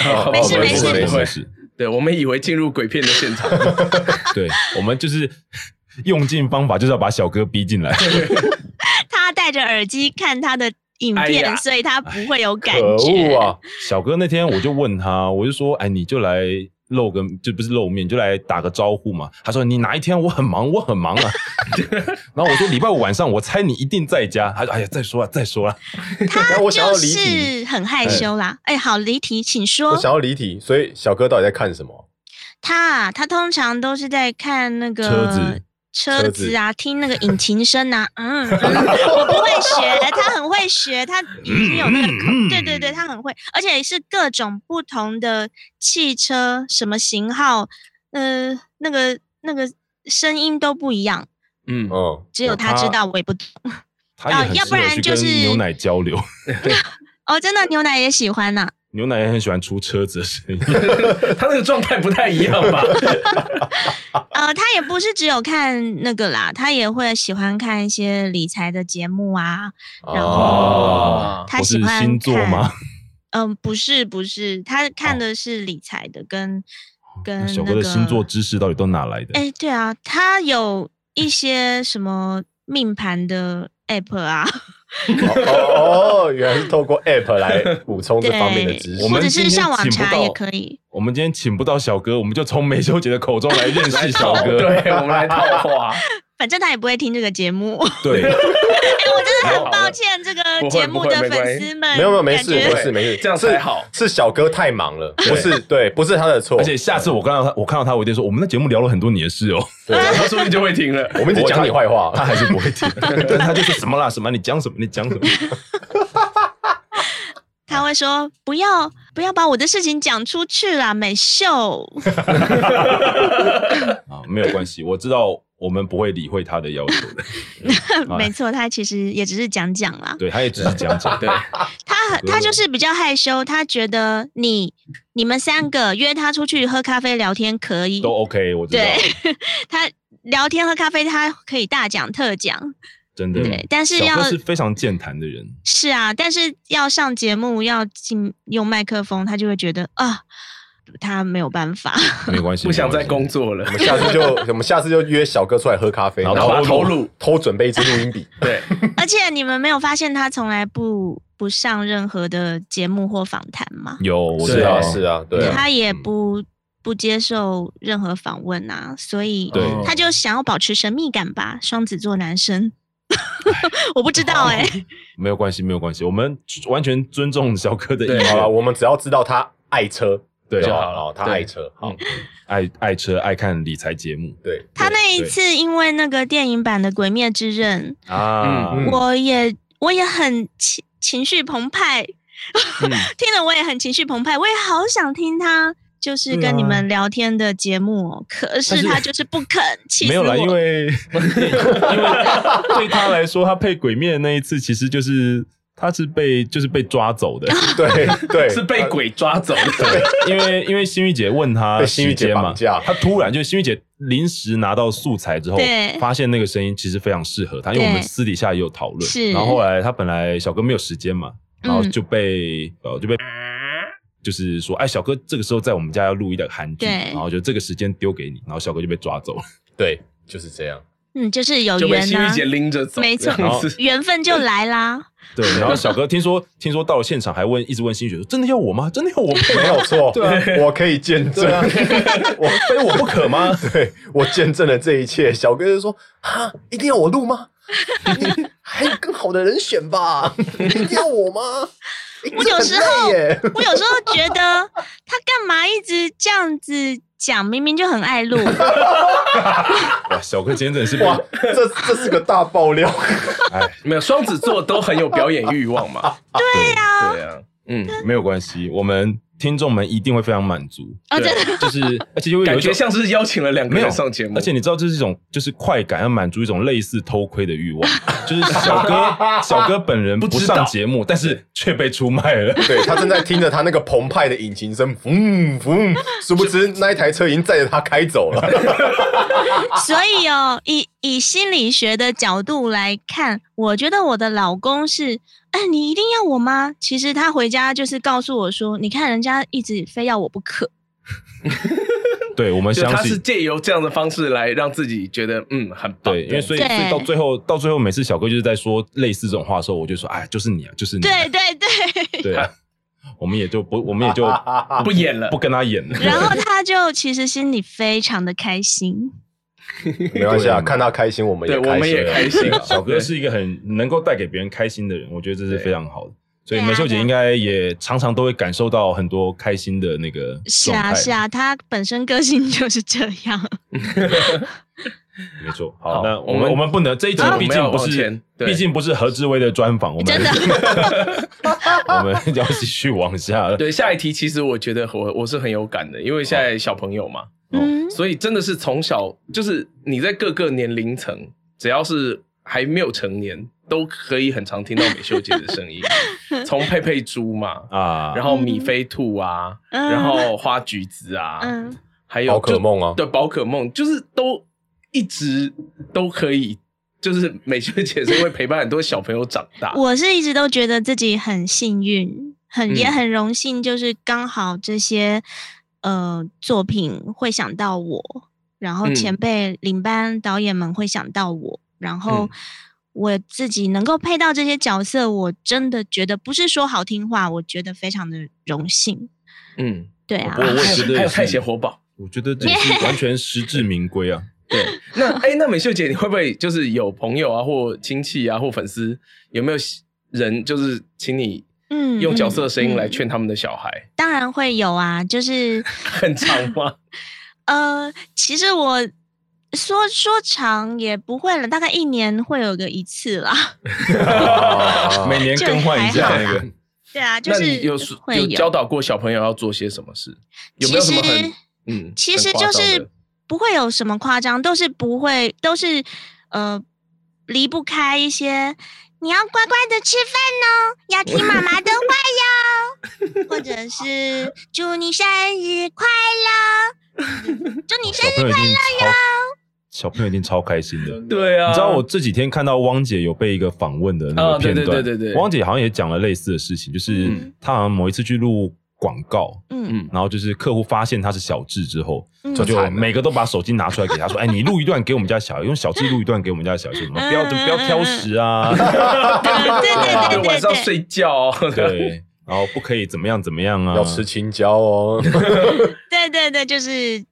哦
没事
哦
没事
不会
没
不会
事，是
对，我们以为进入鬼片的现 场，
对，我们就是用尽方法，就是要把小哥逼进来。
他戴着耳机看他的影
哎
片，
呀
所以他不会有感
可
觉。
恶啊！
小哥那天我就问他，我就说，哎，你就来露个，就不是露面，就来打个招呼嘛。他说你哪一天我很忙，我很忙啊。 然后我说礼拜五晚上，我猜你一定在家。他说，哎呀，再说啊，再说啊。
但哎我想要
就
离题，
是很害羞啦。哎，好，离题，请
我
说。
想要离题，所以小哥到底在看什么？
他啊，他通常都是在看那个
车子。
车
车
子
子
啊，听那个引擎 声啊，嗯，嗯我不会学，他很会学，他已经有那个口，
嗯
对对对，他很会，而且是各种不同的汽车，什么型号，呃，那个那个声音都不一样，
嗯，
哦
嗯，
只有他知道，我也不懂。
他也
哦
很
要
适
不然
合去
就
跟
是
牛奶交流。
哦，真的，牛奶也喜欢啊呐、
牛奶也很喜欢出车子的 声音。
他那个状态不太一样 吧？
呃，他也不是只有看那个啦，他也会喜欢看一些理财的节目啊。然后
哦，
他
我
喜
是
欢
星座
看
吗？
嗯，不是不是，他看
哦
的是理财的跟，跟
那小
那
哥的
个
星座知识到底都哪来的？
哎、对啊，他有一些什么命盘的 app 啊，
哦哦，原来是透过 App 来补充这方面的知识。
我
或
们
者是
今天
上网
请不
查也
到
可以。
我们今天请不到小哥，我们就从梅秀姐的口中来认识小
哦
哥。
对，我们来套话，
反正他也不会听这个节目，
对，
哎、我真的
好
很抱
了
歉这个
不会
节
不
目
会
的
没关
粉
系
丝们，
没有没有，没
感
事
觉
没事没事，
这样才好
是是小哥太忙了，不是对，不是他的错。
而且下次我看到他，我看到他，我一定说我们那节目聊了很多你的事哦。
对
他说不定就会停了。
我们一直 讲你坏话，
他还是不会听， 但他就是什么啦什么，你讲什么你讲什么。
他会说不要不要把我的事情讲出去啦，美 秀。
啊，没有关系，我知道我们不会理会他的要求的。
没错，他其实也只是讲讲啦。
对，他也只是讲讲。
对，
他
对
他就是比较害羞，他觉得你你们三个约他出去喝咖啡聊天可以
都，OK，我知道，
对 他聊天喝咖啡他可以大讲特讲，
真的。
对，但是
嗯小
要
哥是非常健谈的人，
是啊，但是要上节目要进用麦克风，他就会觉得啊。他没有办法，
没关系，
不想再
没关
工
系。
作了
我。 们下次就我们下次就约小哥出来喝咖啡，
然
然
后
后
把它投入
偷准备一支录音笔。
对，
而且你们没有发现他从来不不上任何的节目或访谈吗？
有，我
是
知
啊
道，
是啊，对啊，
他也
嗯
不、不接受任何访问啊，所以
对
哦
他就想要保持神秘感吧，双子座 男生。我不知
哦
道哎、
没有关系，没有关系，我们完全尊重小哥的意
对
好了，
愿。
我们只要知道他爱车
对
就
好
好
了
了，他
对
爱车，好，
爱爱车，爱看理财节目
对，
他
对
那一
对
次因为那个电影版的《鬼灭之刃
啊
嗯》，
我也我也很情情绪澎湃，
嗯
听了我也很情绪澎湃，我也好想听他就是
对啊
跟你们聊天的节目、哦，可是
是
他就是不肯，气
没
死
有啦，
我！
因 为因为对他来说，他配鬼面的那一次，其实就是他是被就是被抓走 的，
对对，
是被鬼抓走的。
对， 因为因为心玉姐问他
被心
时
玉姐
间嘛
绑，架，
他突然就心玉姐临时拿到素材之后
对，
发现那个声音其实非常适合他，因为
对
我们私底下也有讨论，
是
然后后来他本来小哥没有时间嘛，然后
嗯
就被、呃就被。就是说，哎，小哥这个时候在我们家要录一个韩剧，
对
然后就这个时间丢给你，然后小哥就被抓走了。
对，就是这样。
嗯，就是有
就被
缘
心
呐、
玉姐拎着走，
没错
这样子
缘分就来啦。
对，然后小哥听说听说到了现场还问，一直问新雪说：“真的要我吗？真的要我配
没有
吗？
错，
对啊，
我可以见证，
我非我不可吗
对我见证了这一切。小哥就说：“啊，一定要我录吗？ 你还有更好的人选吧？一定要我吗？”诶
我
这
有
很
时候
累耶
我有时候觉得他干嘛一直这样子讲，明明就很 爱录。？”
哇，小哥今天真的是被哎
哇，这这是个大爆料。
没有双子座都很有表演欲望嘛？
对
对啊，嗯，
没有关系，我们听众们一定会非常满足，
哦，
对
真的
就是而且就会有
感
一种
觉像是邀请了两个
没有
人上节目，
而且你知道这是一种就是快感，要满足一种类似偷窥的欲望，就是小哥小哥本人
不
不
知道
上节目，但是却被出卖了。
对他正在听着他那个澎湃的引擎声，嗡嗡，殊不知那一台车已经载着他开走了。
所以哦，以以心理学的角度来看，我觉得我的老公是，哎，你一定要我吗？其实他回家就是告诉我说，你看人家一直非要我不可。
对，我们
就
相
他是
信。
借由这样的方式来让自己觉得嗯很棒，
对，因为所以
对
所以到最后，到最后每次小哥就是在说类似这种话的时候，我就说，哎，就是你啊，就是你啊、
对对对。
对 啊，我们也就不，我们 也就
不演了
不，跟他 演了。
然后他就其实心里非常的开心，
没关系啊，
对
看他开心，我们也
对我们也
啊
开心
对啊小哥
对
是一个很能够带给别人开心的人，我觉得这是
对
非常好的。所以
对啊
美秀姐
对啊
应该也常常都会感受到很多开心的那个
是
状
啊
态
是，啊，他本身个性就是这样。
没错。好，
好
那我
我
们
们
我们不能这一集
啊
毕
我们要
竟不
往
是
前对
毕竟不是何志威的专访，我们
真的
我们要继续往下了。
对，下一题其实我觉得我我是很有感的，因为现在小朋友嘛，
嗯，
所以真的是从小就是你在各个年龄层，只要是还没有成年，都可以很常听到美秀姐的声音， 从佩佩猪嘛，
啊，
然后米菲兔啊，
嗯
然后花橘子啊，
嗯
还有
宝可
就
梦啊，
对宝可梦，就是都一直都可以。就是美秀姐是会陪伴很多小朋友长大，
我是一直都觉得自己很幸运，很也
嗯
很荣幸，就是刚好这些呃作品会想到我，然后
嗯
前辈、领班、导演们会想到我，然后
嗯
我自己能够配到这些角色，我真的觉得不是说好听话，我觉得非常的荣幸。
嗯，
对啊
我，也觉得
还有
是
太血火宝，
我觉得这是完全实至名归 啊。
对，那哎、那美秀姐，你会不会就是有朋友啊，或亲戚啊，或粉丝，有没有人就是请你
嗯，
用角
嗯
色的声音来
嗯
劝他们的小孩？
当然会有啊，就是。
很长吗？
呃，其实我说说长也不会了，大概一年会有个一次啦。
啊
每年更换一下那个，
对啊， 就
那
是
你有
会
有教导过小朋友要做些什么事？有没有什么
其
很
实
嗯，
其实
很
就
夸张
是
的
不会有什么夸张，都是不会，都是呃离不开一些。你要乖乖的吃饭哦，要听妈妈的话哟，或者 是祝你生日快乐，祝你生
小朋友一定超小朋友一定超开心的。
对啊，
你知道我这几天看到汪姐有被一个访问的那个
啊对
片段，
对对对对
汪姐好像也讲了类似的事情，就是
嗯
她好像某一次去录广告，
嗯
嗯，
然后就是客户发现她是小智之后，
嗯
就就
惨了
每个都把手机拿出来给她说：“哎，你录一段给我们家小孩，用小智录一段给我们家小孩，说什么不要
嗯
不要挑食啊，
对对对
就晚
对
上
对，
睡觉哦，
对，然后不可以怎么样怎么样啊，
要吃青椒哦。
对对对，就是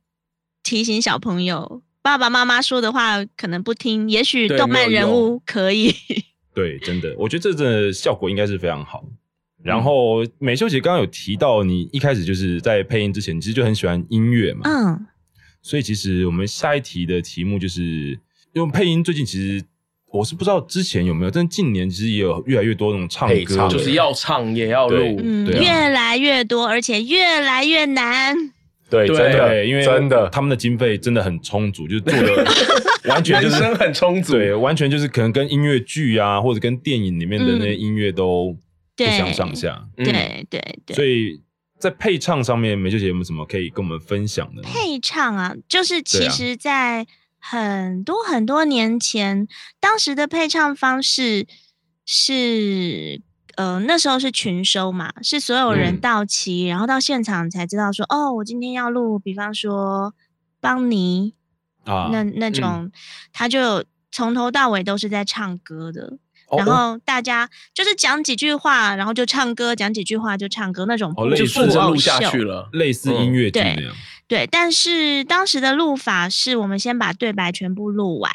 提醒小朋友，爸爸妈妈说的话可能不听，也许
对
动
没有
漫人
用
物可以。
对，真的，我觉得这真的效果应该是非常好。然后美秀姐刚刚有提到，你一开始就是在配音之前，你其实就很喜欢音乐嘛，
嗯，
所以其实我们下一题的题目就是，因为配音最近其实我是不知道之前有没有，但近年其实也有越来越多那种唱
配
歌的，
唱
就是要唱也要
对
录，
嗯，
对啊
越来越多，而且越来越难。
对，
对
真的，
对，因为
真的，
他们的经费真的很充足，就是做的完全就
人
是
生很充足，
对，完全就是可能跟音乐剧啊，或者跟电影里面的那些
嗯
音乐都不相上下，
嗯，
对对对，
所以在配唱上面，美秀姐有没有什么可以跟我们分享的呢？
配唱啊，就
对
是其
啊
实在很多很多年前，当时的配唱方式是。呃，那时候是群收嘛，是所有人
嗯
到齐，然后到现场才知道说，哦，我今天要录，比方说邦尼，
啊，嗯
那那种，他就有从头到尾都是在唱歌的。
哦
然
我
后大家就是讲几句话，然后就唱歌，讲几句话就唱歌那种
哦类
就
似
顺着
着
录下去。了。
类似音乐剧
嗯
那样。
对，但是当时的录法是我们先把对白全部录完，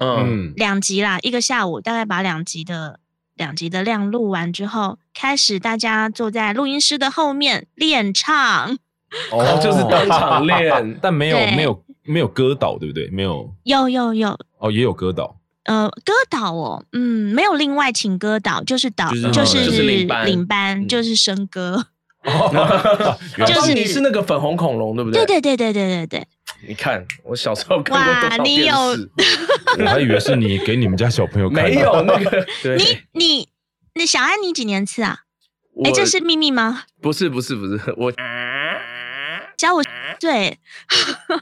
嗯，
嗯，，
两集啦，一个下午大概把两集的两集的量录完之后，开始大家坐在录音师的后面练唱。
哦，就是当场练
但没有
对
没有没有歌导，对不对？没有
有有有，
哦，也有歌导，
呃，歌导哦，嗯，没有另外请歌导，就是导
就是
就
就是
是
领班
班
嗯
就是笙歌。
原来
就是
你是那个粉红恐龙，对不
对
对？
对对对对对对，
你看我小时候看过多
哇
少
你
电
有
视，
我还以为是你给你们家小朋友看的，
没有那个对。
你你那小安你几年次啊？哎，
我
这是秘密吗？
不是不是不是我
教我对。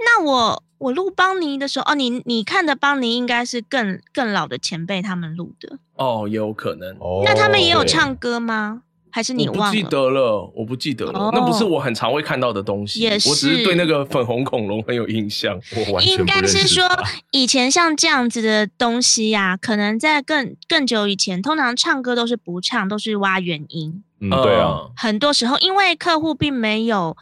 那我我录邦尼的时候，哦，你你看的邦尼应该是更更老的前辈他们录的，
哦，有可能
哦
那他们也有
对
唱歌吗？还是你
我不
忘
记
了？
得了，我不记得了，
哦
那不是我很常会看到的东西，
也
我只是
是
对那个粉红恐龙很有印象。
我完全
应
不
该
认识
是说
他，
以前像这样子的东西呀、可能在更更久以前，通常唱歌都是不唱，都是挖原因。
嗯，对啊，
很多时候，因为客户并没有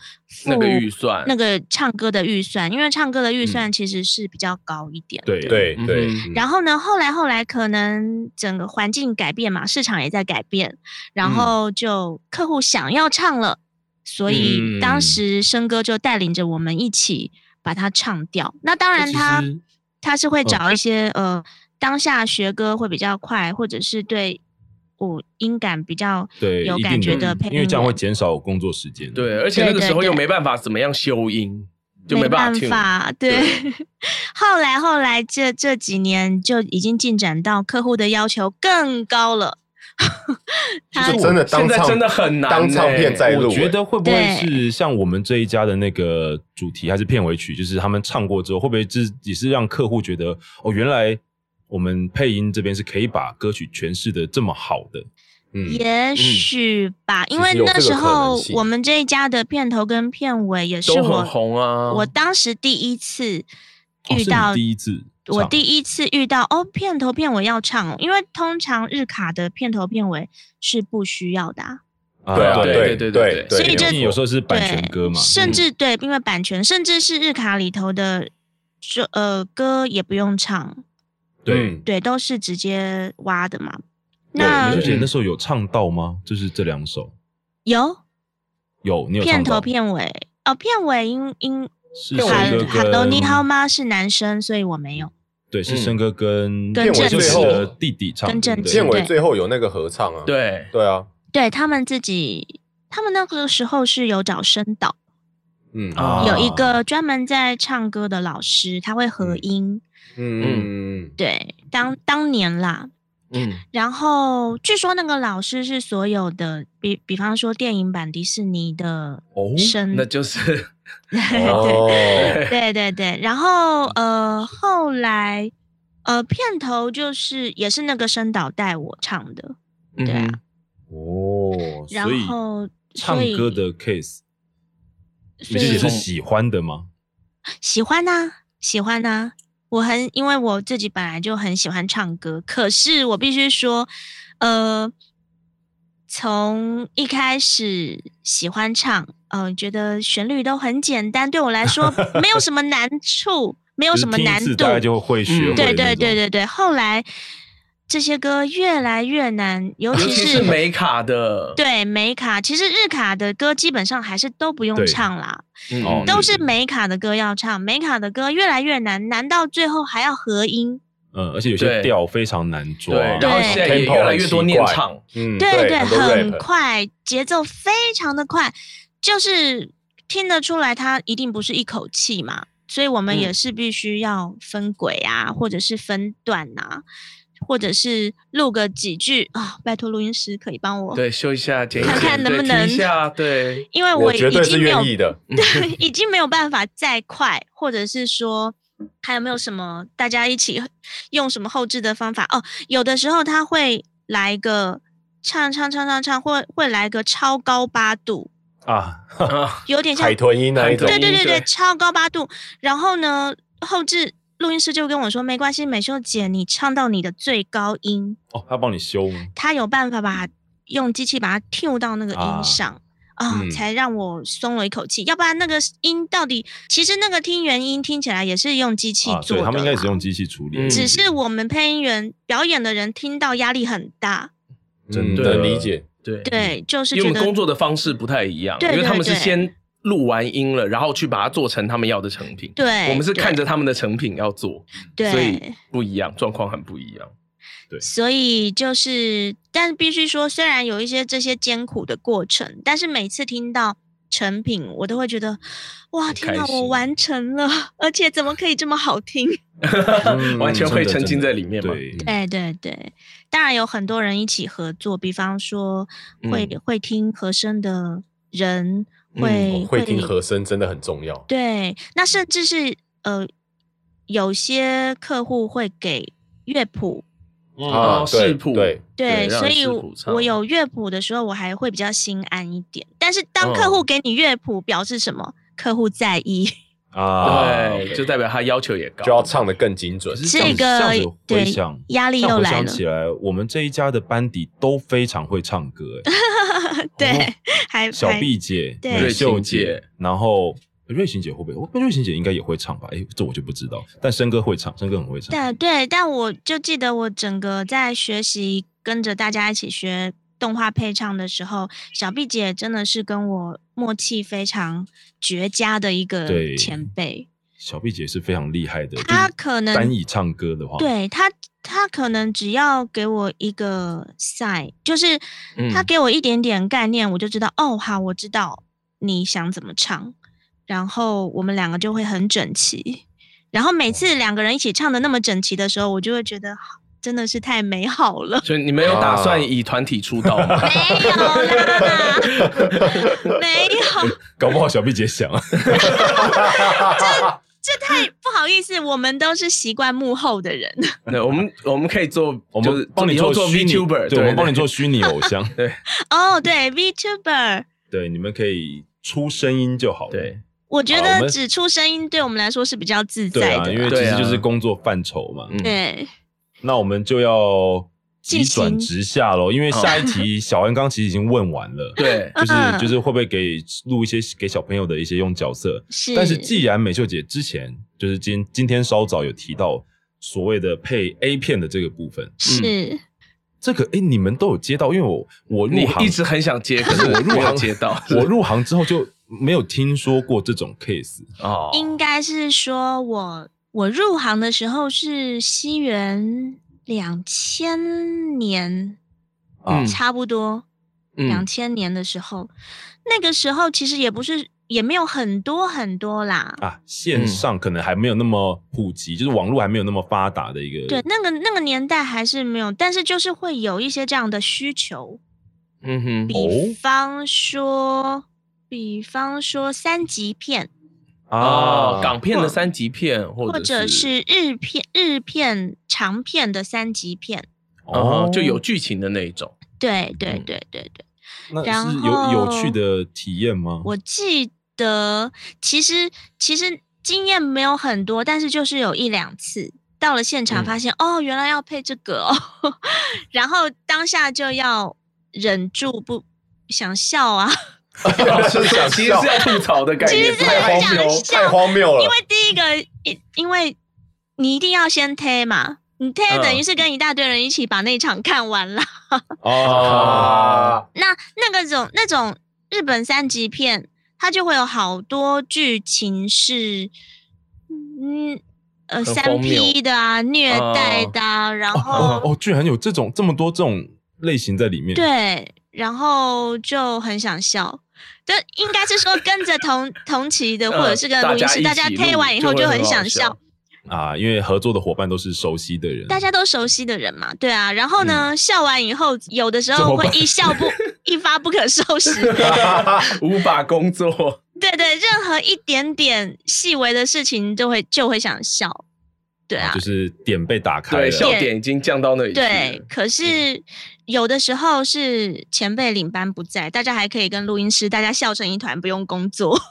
嗯，
付
那个预算，
那个唱歌的预算，因为唱歌的预
嗯
算其实是比较高一点。
对
对对，
嗯
嗯
然后呢，后来后来可能整个环境改变嘛，市场也在改变，
嗯
然后就客户想要唱了，所以
嗯
当时生哥就带领着我们一起把它唱掉。那当然他
其实
他是会
嗯
找一些、呃当下学歌会比较快，或者是对我音感比较
对
有
一
感
定
觉
的
的配音员，
因为这样会减少工作时间。，
对，啊而且那个
对对
时候又
对
没办法怎么样修音，就
没
办
办
法听。
法，对。后来后来这这几年就已经进展到客户的要求更高了。他
就真的
现
当
在
唱
真的很难、欸，
当唱片在录，
我觉
欸
得会不会
对
是像我们这一家的那个主题还是片尾曲，就是他们唱过之后，会不会就是也是让客户觉得哦，原来我们配音这边是可以把歌曲诠释的这么好的？
嗯
也许吧，因
其
为
实有
那
这个
时
可能
候
性
我们这一家的片头跟片尾也是
都很
我
红啊。
我当时第一次
哦
遇
是你
到
第一次唱，
我第一次遇到哦，片头片尾要唱哦，因为通常日卡的片头片尾是不需要的、啊，
啊
对啊
对
对
对对对
对，
所以
因
这
为
没
有
有
时
错
候是版权
对
歌嘛，
甚
嗯
至对，因为版权，甚至是日卡里头的这呃歌也不用唱，
对。
嗯
对，都是直接挖的嘛。
对
那
美秀姐
嗯
那时候有唱到吗？就是这两首
有
有，你有
片
唱到
头片尾哦，片尾因因
是
片尾
卡
生
歌
哥
卡多
跟
尼好吗是男生，所以我没有。
对，是
嗯
生哥跟
跟
美秀
郑
姐
智
的弟弟唱的，
跟郑
对不对
智
建伟
对
最后有那个合唱啊，
对，
对啊，
对他们自己，他们那个时候是有找声导，
嗯
啊
有一个专门在唱歌的老师，他会合
嗯
音。
嗯嗯嗯
对，当当年啦。
嗯，
然后据说那个老师是所有的，比比方说电影版迪士尼的
哦
声，
那就是
嗯，
对
哦，
对对对。然后呃，后来呃，片头就是也是那个声导带我唱的，对啊
嗯哼
哦，
然
所以
后
唱
所以
歌的 case，
所
美秀姐
以
是喜欢的吗？
喜欢呐、喜欢呐、我很，因为我自己本来就很喜欢唱歌，可是我必须说，呃，从一开始喜欢唱，呃，觉得旋律都很简单，对我 来说没有什么难处，没有
就是
什么
听一
难
次
度。
大概就会学
嗯
会。
对对对，对对，后来这些歌越来越难，尤
尤
其
其
嗯是
是美卡的，
对美卡，其实日卡的歌基本上还是都不用
对
唱啦，
嗯
哦
都是
嗯
美卡的歌要唱，美卡的歌越来越难，难到最后还要合音。
嗯，而且有
对
些调非常难抓，
对，然后
对
现在也
啊 tempo
越来越
很
多
奇
念
怪
唱，
嗯，
对对，
很多
很
rap
快，节奏非常的快，就是听得出来，它一定不是一口气嘛。所以我们也
嗯
是必须要分轨啊，或者是分段啊，或者是录个几句啊、拜托录音师可以帮我，
对，修一下，剪一
看
剪
看能
对
不
停
能
一下， 对，
因为
我
已
绝对是
经没有
愿意的，
对， 已经没有办法再快，或者是说还有没有什么大家一起用什么后置的方法？哦，有的时候他会来一个唱唱唱唱唱，会会来一个超高八度，
啊，
啊
有点像
海豚音那一种
海
对
豚音
对对对
对
超高八度。然后呢，后置录音师就跟我说，没关系，美秀姐，你唱到你的最高音，
哦，他帮你修吗？
他有办法把用机器把它 tune 到那个
啊
音上。啊、
嗯
才让我松了一口气，要不然那个音到底，其实那个听原音听起来也是用机器
啊，
做
对
的、
他们应该也是，用机器处理，
嗯
只是我们配音员表演的人听到压力很大，
真
的
能理解。
对，
对，就是
嗯因为
觉
我们
得
工作的方式不太一样，
对
因为他们
对
是
对
先录完音了，然后去把它做成他们要的成品。
对，
我们是看
着
着他们的成品要做，
对，
所以不一样，状况很不一样。
所以就是，但必须说，虽然有一些这些艰苦的过程，但是每次听到成品，我都会觉得，哇，
很
天
开
哪，我
心
完成了， 而且怎么可以这么好听？
嗯
完全会沉浸在里面嘛
对，
对哎对对，当然有很多人一起合作，比方说会、
嗯
会听和声的人，
哦
嗯
会、
会听和声真的很重要。
对，那甚至是呃，有些客户会给乐谱
嗯
哦
对
视谱
对，
对
对，
让
所
人
以
吃
我
苦
我
差
有乐谱的时候，我还会比较心安一点。但是当客
哦
户给你乐谱，表示什么？客户在意
啊，
对，就代表他要求也高，
就要唱的更精准
可。是
这
这样
个
子回
对
想
压力
这样
又
回
来
想
了。
起来，我们这一家的班底都非常会唱歌，哎
对，
哦
还
哦小
还
碧姐、
对
美秀
瑞
姐
琴姐，
然后瑞行姐会不会？我瑞行姐应该也会唱吧？哎，这我就不知道。但生哥会唱，生哥很会唱。
对对，但我就记得我整个在学习跟着大家一起学动画配唱的时候，小毕姐真的是跟我默契非常绝佳的一个
对
前辈。
小碧姐是非常厉害的，
她
就是
可能
单以唱歌的话，
对他，他可能只要给我一个 sign，就是他
嗯。
给我一点点概念，我就知道、哦，好，我知道你想怎么唱，然后我们两个就会很整齐。然后每次两个人一起唱的那么整齐的时候，我就会觉得好真的是太美好了
所以你们有打算以团体出道吗？
没有啦， 没有，
搞不好小碧姐想 啊，
这太不好意思，我们都是习惯幕后的人。
对，我们我们可以做，
我
就是
们帮你
以后
做
做
虚拟
VTuber，
对，我们帮你做虚拟偶 像，
哦，对，VTuber，
对，你们可以出声音就好了。
对，
我觉
好我
得
们
指出声音对我们来说是比较自
对
在
啊，
的
因
啦。
为其
对
实
啊
就是工作范畴嘛。
嗯
对，
那我们就要急
进行
转直下喽，
嗯
因为下一题小恩刚刚其实已经问完 了。
对，
就是
嗯
就是会不会给录一些给小朋友的一些用角色？
是，
但是既然美秀姐之前就是今今天稍早有提到所谓的配 A 片的这个部分，
是
这个哎、诶你们都有接到，因为我我
你
入行
一直很想接，可是我没有接到，
我入行之后就没有听说过这种 case
哦，
应该是说我我入行的时候是西元两千年，
啊，
嗯
差不多两
嗯
千年的时候，那个时候其实也不是也没有很多很多啦。
啊，
嗯
线上可能还没有那么普及，就是网络还没有那么发达的一个
对，那个那个年代还是没有，但是就是会有一些这样的需求，
嗯哼，
哦
比方说，比方说三级片，
啊
哦，
港
港片的三级片，或
或者是日片、日片长片的三级片，
哦，就有剧情的那一 种，
对对
嗯
对对对，
那
然
是有有
后
趣的体验吗？
我记得其实其实经验没有很多，但是就是有一两次到了现场
嗯
发现、哦，原来要配这个哦， 然后当下就要忍住不想笑啊，
是想其实是要吐槽的概
其
念，
实是
太
很
荒谬
想
了。
太
笑，
荒谬了
因为。第一个因因为你一定要先推嘛。你推
嗯
等于是跟一大堆人一起把那一场看完了。
哦
啊，
那那个种那种日本三级片，它就会有好多剧情是，嗯呃
很
三
荒谬
P 的啊，虐待的啊，然
哦
嗯
后
哦，居然有这种这么多这种类型在里面，
对，然后就很想笑。但应该是说跟着同同期的，或者是跟
呃
录音师，
大
大
家
家
一起
推
录
完以后
就会
就
很
很
好
想
笑
笑。
啊，因为合作的伙伴都是熟悉的人，
大家都熟悉的人嘛，对啊。然后
嗯
呢，笑完以后，有的时候会一笑不一发不可收拾，
无 法工作，
对对，任何一点点细微的事情就会就会想笑。对啊
就，是点被打 开
对，
了，
笑点已经降到那里去了。
对，可是嗯有的时候是前辈领班不在，大家还可以跟录音师大家笑成一团，不用工作。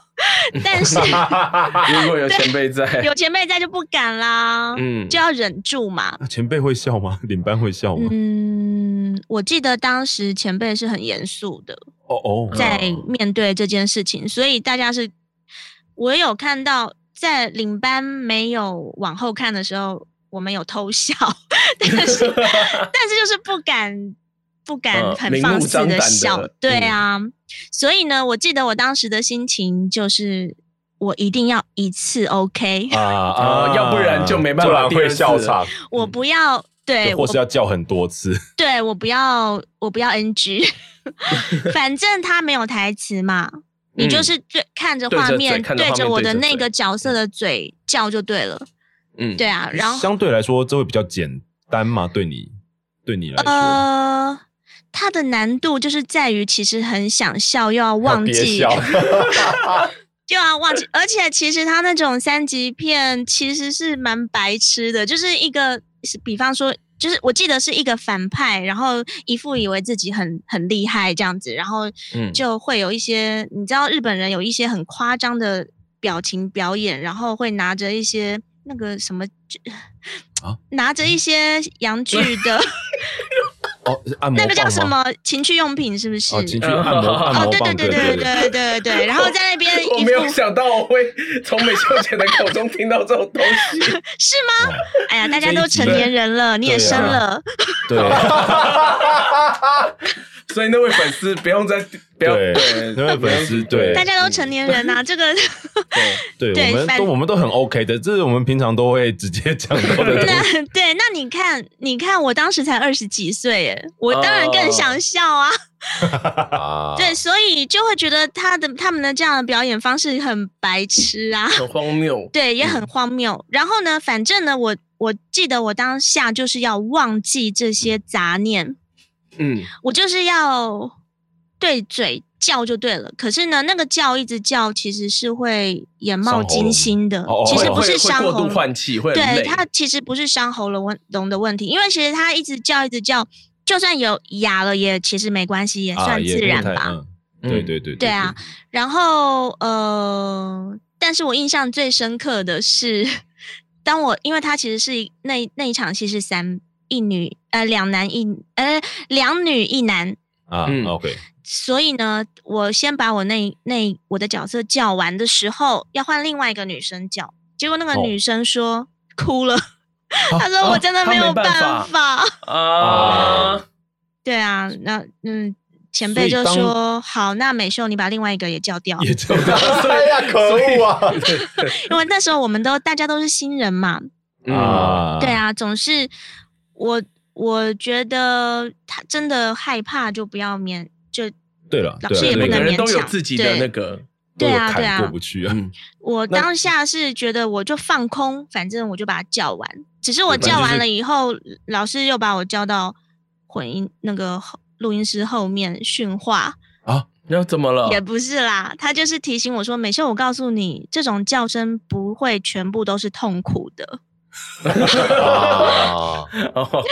但 是
如果有前辈在，
有前辈在就不敢啦，
嗯
就要忍住嘛。
那啊前辈会笑吗？ 领班会笑吗？
嗯，我记得当时前辈是很严肃的，
哦哦，
在
嗯
面对这件事情，所以大家是，我有看到在领班没有往后看的时候，我们有偷笑， 但是但是就是不敢不敢
嗯
很
明
放
目
肆
张
的
胆地嗯
笑，对啊，所以呢，我记得我当时的心情就是我一定要一次 OK，、
啊
啊要不然就没办
不
法
然
第二
会
次
笑
了
场。
我
嗯
不要对
就或
我
是要叫很多次，
对我不要我不要 NG，反正他没有台词嘛，你就
嗯
是对看着
对
画
着嘴
面，
看着画面
我
对
的
着
那
嘴
个角色的嘴叫就对了，
嗯，
对啊，然后
相对来说这会比较简单嘛？对你对你来说，
呃，它的难度就是在于其实很想笑，又要忘
别
记，
笑，
又要忘记，而且啊其实他那种三级片其实是蛮白痴的，就是一个是比方说。就是我记得是一个反派，然后一副以为自己很很厉害这样子，然后
嗯
就会有一些，你知道日本人有一些很夸张的表情表演，然后会拿着一些那个什么
啊，
拿着一些洋剧的
哦，是按摩
那个叫
棒
什
吗？
么情趣用品，是不是？
哦，进去
呃
按 摩按
哦，
摩
对
棒，
对对
对
对对对对，然后在那边
我
一
没有
副
想到我会从美秀姐的口中听到这种东西。
是吗？哎呀，大家
这一
都
集
成
的
年人了，你也
对啊
生了，
对，
所以那位粉丝不用再不要
对那位粉丝对嗯
大家都成年人呐，这个
对
对
对，我们
反
都我们都很 OK 的，这是我们平常都会直接讲到的东 西。
那对，那你看，你看，我当时才二十几岁，耶，我当然更
哦
想笑啊。
啊
对，所以就会觉得他的他们的这样的表演方式很白痴啊，
很荒谬。
对，也
嗯
很荒谬。然后呢，反正呢，我我记得我当下就是要忘记这些杂念，
嗯，
我就是要对嘴叫就对了。可是呢，那个叫一直叫，其实是会眼
伤
冒
喉
金
咙
星的，
哦哦
其
哦
实
会
不
会
是
会
伤
过
喉
度
咙，
换气，会很
对，
累。
它其实不是伤喉咙问聋的问题，因为其实它一直叫一直叫，就算有哑了也其实没关系，也
啊
算
也
自
不
然
太
吧。
嗯
嗯
对对对
对啊，然后呃，但是我印象最深刻的是，当我因为他其实是一那一那一场戏是三一女呃两男一呃两女一男，
啊
嗯
，OK，
所以呢，我先把我那那我的角色叫完的时候，要换另外一个女生叫，结果那个
哦啊
女生说、哭了，她说我真的
她
没
没
有
办
办
法
法，
啊，
对啊，那嗯。前
所
辈
以
就
当
说：“好，那美秀，你把另外一个也叫掉。”
也叫到
哎呀，可恶啊！
因为那时候我们都大家都是新人嘛，
嗯，
啊，
对，啊，总是我我觉得他真的害怕就不要勉就
对了，
老
对
师
啊
也不
每
对
个
啊
能
人
勉
都有
强
自己的
对
那个，
都有
对啊
坎
对啊
过不去啊，
嗯，
我
那
当下是觉得我就放空，反正我就把它叫完。只是我
对反
叫
正就是
完了以后，老师又把我叫到混音那个后录音师后面训话，
那怎么了？
也不是啦，他就是提醒我说：“美秀，我告诉你，这种叫声不会全部都是痛苦 的。
啊，
哦”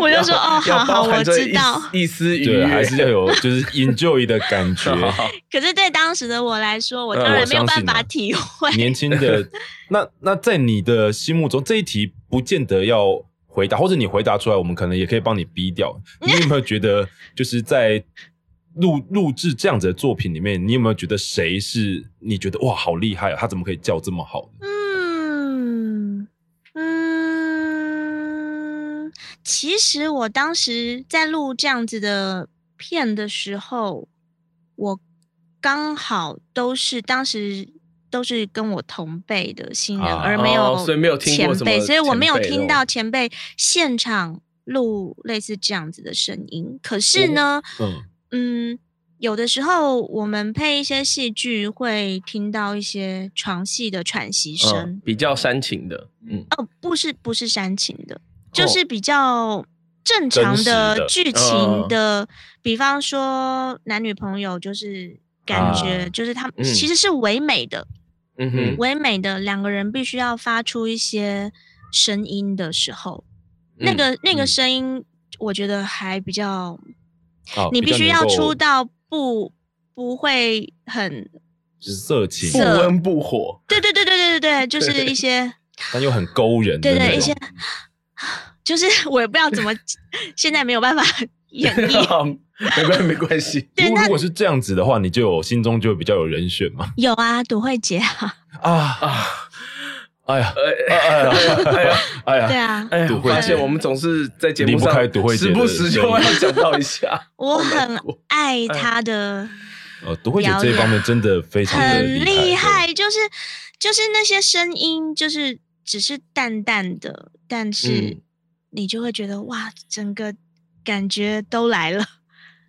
我就说：“哦，好
要
好，
包含
我
着
知
一
道。”
丝一丝 愉
对
悦，
啊，还 是要有就是 enjoy 的感觉。
可是 对当时的我来说，我
呃
当
我
然没有
相
办
信啊
法体 会。
年轻 的那那在你的心目中，这一题不见得要回答，或者你回答出来，我们可能也可以帮你逼掉。 你有没有觉得，就是在录录制这样子的作品里面，你有没有觉得谁是你觉得哇好厉害啊？他怎么可以叫这么好的？
嗯嗯，其实我当时在录这样子的片的时候，我刚好都是当时都是跟我同辈的新人，
啊
而没有、
哦所以没有听过
前
什
辈，
么
所以我没有
前辈那
听
种
到前辈现场录类似这样子的声音。可是呢，
嗯，
嗯，有的时候我们配一些戏剧，会听到一些床戏的喘息
嗯
声。
比较煽情的，嗯，
哦，不是，不是煽情的，就
哦
是比较正常
真实
的
的
剧情的，比方说男女朋友，就是感觉
啊
就是他们、
嗯
其实是唯美的，
嗯哼，
唯美的两个人必须要发出一些声音的时候，那
嗯
个那个
嗯
声音，我觉得还比较，
哦
你
比
必
较
须
能
要
够
出到不不会很，
色情，
不温不火，
对对对对对对对，就
对
是一些
但又很勾人的
对
那
对一
种
些，就是 我也不知道怎么，现在没有办法 演绎。
没关系没关系，
如果如果是这样子的话，你就有心中就会比较有人选嘛。
有啊，朵慧姐啊，
啊，
啊，
哎呀，
呃，
哎呀，
哎呀，
哎
对
呀，
啊，
哎呀，
杜
我
慧
发现
姐
我们总是在节目
离不
上
开杜慧姐
时
的
不时就要
声
讲到一下，
我
好难
很
过
爱她的。
呃，都慧姐
了
这一
解
方面真的非常的
很厉
害，
害，就是就是那些声音，就是只是淡淡的，但是
嗯
你就会觉得哇，整个感觉都来了。